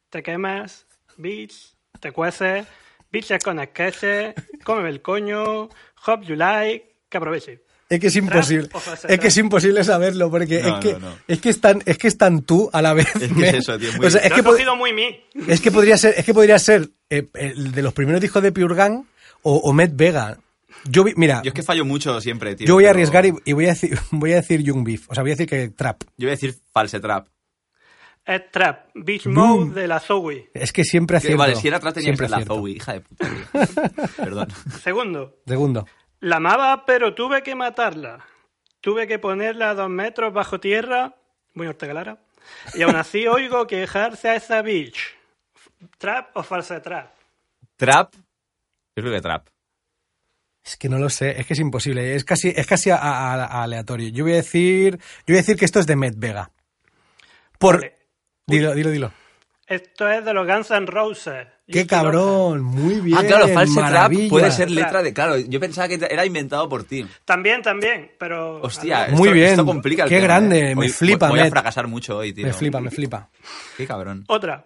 te quemas, beach, te cueces, bichas con esqueces, cómeme el coño, hope you like, que aproveche. Es que es imposible. o falsetrap. Es que es imposible saberlo porque No, es que no, no. es que es tan es que es tan tú a la vez. Es que es men. eso, tío, muy O sea, bien. es Lo que he pod- cogido muy mí. Es que podría ser, es que podría ser eh, el de los primeros discos de Pure Gang o, o Met Vega. Yo vi- mira, Yo es que fallo mucho siempre, tío. yo voy a pero- arriesgar y, y voy a decir voy a decir Young Beef, o sea, voy a decir que trap. Yo voy a decir false trap. Es trap, beach Boom. mode de la Zoe. Es que siempre Que, acierto. vale, si era trap tenía que Siempre ser la acierto. Zoe, hija de puta. tío. Perdón. Segundo, Segundo. la amaba pero tuve que matarla. Tuve que ponerla a dos metros bajo tierra, muy Ortega Lara, y aún así oigo quejarse a esa bitch. ¿Trap o falsa trap? Trap. Yo creo que trap. Es que no lo sé, es que es imposible, es casi es casi a- a- a- aleatorio. Yo voy a decir, yo voy a decir que esto es de Met Vega. Por Vale, dilo, dilo, dilo. Esto es de los Guns N' Roses. Qué Esto lo- cabrón, muy bien. ah, claro, false trap maravilla. puede ser Trap. letra de. Claro, yo pensaba que era inventado por ti. También, también, pero... Hostia, Ah, esto, Muy bien. esto complica el Qué tema, grande, ¿eh? me Hoy- flipa, Voy a Met. fracasar mucho hoy, tío. Me flipa, me flipa. Qué cabrón. Otra.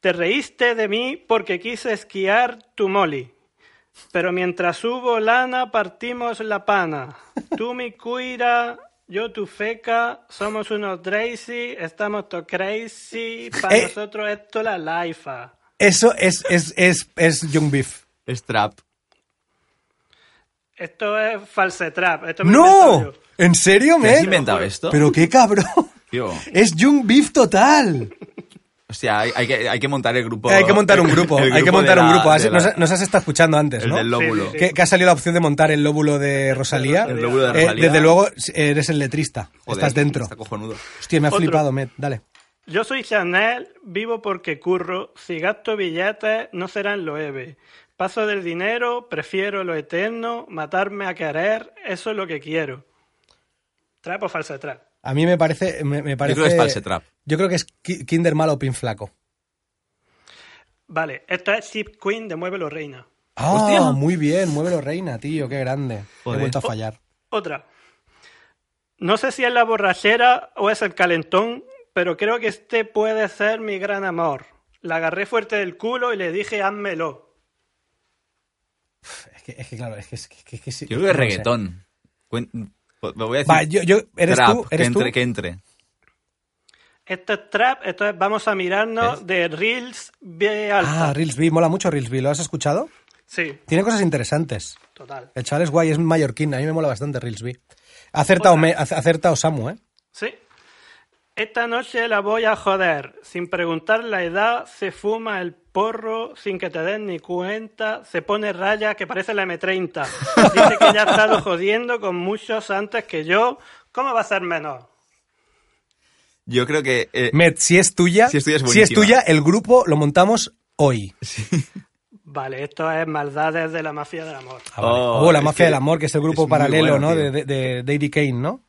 Te reíste de mí porque quise esquiar tu molly. Pero mientras hubo lana, partimos la pana. Tú mi cuira, yo tu feca, somos unos Dracy, estamos to crazy. Para Eh. nosotros esto es la laifa. Eso es es es es Young Beef. Es trap. Esto es falsetrap. Esto me lo he No, inventado yo. ¿en serio, ¿Te has Met? inventado esto? Pero qué cabrón. Tío. Es Jung Beef total. Hostia, hay, hay que, hay que montar el grupo. Eh, hay que montar un Pues el- grupo, el hay que grupo montar de un la- grupo. Has- de la- nos, nos has estado escuchando antes, el ¿no? del lóbulo. Sí, sí, sí. Que, que ha salido la opción de montar el lóbulo de Rosalía. El lóbulo de Eh, Rosalía. desde luego eres el letrista. Joder, Estás dentro. Está cojonudo. Hostia, me ha Otro. flipado, Met. Dale. Yo soy Chanel, vivo porque curro. Si gasto billetes, no serán lo EVE. Paso del dinero, prefiero lo eterno, matarme a querer, eso es lo que quiero. Trap o falsa trap. A mí me parece, me, me parece. creo que es falsetrap. Yo creo que es Ki- Kinder Malo o Pin Flaco. Vale, esto es Chip Queen de Muévelo Reina. Ah, Hostia. muy bien, muévelo reina, tío, qué grande. Joder. Oh. He vuelto a fallar. Otra. No sé si es la borrachera o es el calentón, pero creo que este puede ser mi gran amor. La agarré fuerte del culo y le dije, házmelo. Es que, es que, claro, es que, es que, es que- es que sí, Yo creo que es no sé. reggaetón. Cuen- Me voy a decir Va, yo, yo- eres trap, tú, eres que tú. entre, que entre. Esto es trap, esto es Vamos a ¿Ves? mirarnos de Reels B alta. Ah, Reels B, mola mucho Reels B, ¿lo has escuchado? Sí, Tiene cosas interesantes. total. El chaval es guay, es mallorquín, a mí me mola bastante Reels B. Ha acertado, me, ha acertado Samu, ¿eh? Sí. Esta noche la voy a joder. Sin preguntar la edad, se fuma el porro sin que te den ni cuenta. Se pone raya que parece la M30. Dice que ya ha estado jodiendo con muchos antes que yo. ¿Cómo va a ser menor? Yo creo eh, que. eh, Met, si es tuya, Si es tuya, es si es buenísima. tuya, el grupo lo montamos hoy. Vale, esto es Maldades de la Mafia del Amor. Ah, vale. Oh, Oh, la es mafia que del amor, que es el grupo es muy paralelo, bueno, ¿no? tío. De, de, de Daddy Kane, ¿no?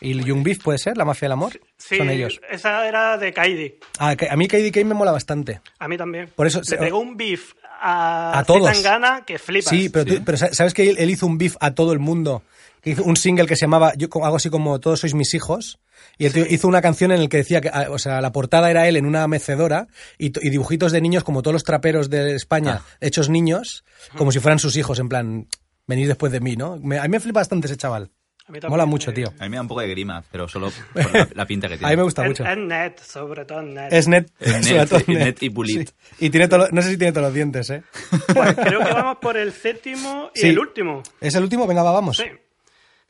Y el Young Beef, ¿puede ser? ¿La mafia del amor? Sí, Son ellos. esa era de Kaidi. Ah, que- a mí Daddy Kane me mola bastante. A mí también. Por eso- Le se- pegó un beef a, A todos. Tangana que flipas. Sí, pero, Sí. tú- pero sa- ¿sabes que él, él hizo un beef a todo el mundo? Que hizo un single que se llamaba, yo co- algo así como Todos sois mis hijos. Y el tío hizo una canción en la que decía que, ah, o sea, la portada era él en una mecedora y, t- y dibujitos de niños como todos los traperos de Ah. España, hechos niños, como si fueran sus hijos, en plan, venid después de mí, ¿no? Me- a mí me flipa bastante ese chaval. A mí también, Mola mucho, eh, tío. A mí me da un poco de grima, pero solo por la, la pinta que A mí me tiene. gusta Es- mucho. Es net, sobre todo en net. Es net, Es net, sobre todo y net y pulit. Sí. Y tiene todos los- no sé si tiene todos los dientes, ¿eh? Pues creo que vamos por el séptimo y Sí. el último. ¿Es el último? Venga, va, vamos. Sí.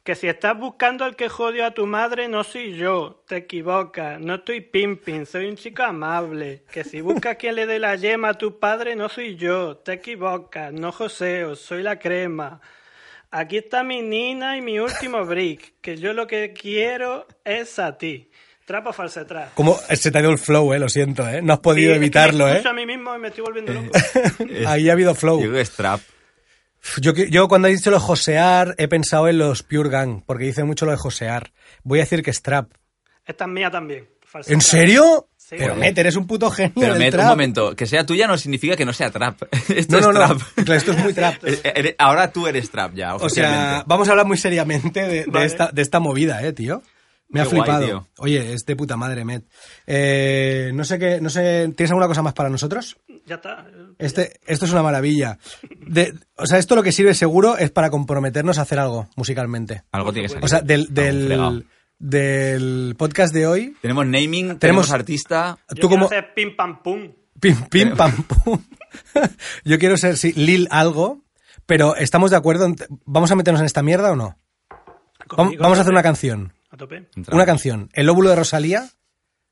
Que si estás buscando al que jodió a tu madre, no soy yo. Te equivocas. No estoy pimping. Soy un chico amable. Que si buscas quien le dé la yema a tu padre, no soy yo. Te equivocas. No joseo. Soy la crema. Aquí está mi nina y mi último brick. Que yo lo que quiero es a ti. Trapa falsetrás. Como se te ha ido el flow, ¿eh? Lo siento, ¿eh? No has podido Sí, es que me evitarlo, ¿eh? escucho a mí mismo y me estoy volviendo loco. Es- Ahí ha habido flow. Yo creo que es trap. Yo, que- yo cuando he dicho lo de josear, he pensado en los Pure Gang, porque dice mucho lo de josear. Voy a decir que es trap. Esta es mía también. falsetrás. ¿En serio? Sí. Pero Joder. Met, eres un puto genio Pero del Met, un trap. momento, que sea tuya no significa que no sea trap. Esto no, no, es no. trap. Claro, esto es muy trap. Eh, eh, Ahora tú eres trap ya, O sea, oficialmente. vamos a hablar muy seriamente de, de Vale. esta, de esta movida, eh, tío. Me ha Qué guay, flipado. tío. Oye, es de puta madre, Met. Eh, no sé qué, no sé, ¿tienes alguna cosa más para nosotros? Ya está. Este, esto es una maravilla. De- o sea, esto lo que sirve seguro es para comprometernos a hacer algo musicalmente. Algo tiene que salir. O sea, del, Algún fregado. del, del podcast de hoy, Tenemos naming, tenemos, Tenemos- artista. Yo tú quiero como hacer pim pam pum. pim, pim, pam, pum. Yo quiero ser, sí, Lil algo, pero ¿estamos de acuerdo? en- ¿Vamos a meternos en esta mierda o no? Vamos, Conmigo, vamos a hacer una canción. A tope. Una canción. El óvulo de Rosalía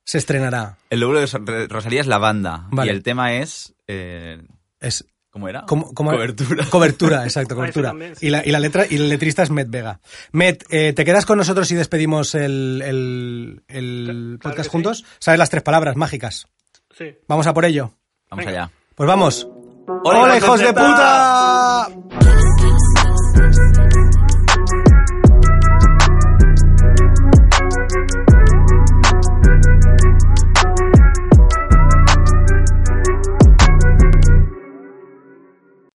se estrenará. El logro de Ros- de Rosalía es la banda. Vale. Y el tema es. eh, Es ¿Cómo era? como, como- Cobertura. Cobertura, exacto, cobertura. Ah. también, sí. y, la, y la letra, y el letrista es Met Vega. Met, eh, ¿te quedas con nosotros y despedimos el, el- el Cl- claro que podcast sí. juntos? ¿Sabes las tres palabras mágicas? Sí. Vamos a por ello. Vamos Venga. allá. Pues vamos. ¡Hola, hijos de puta! puta!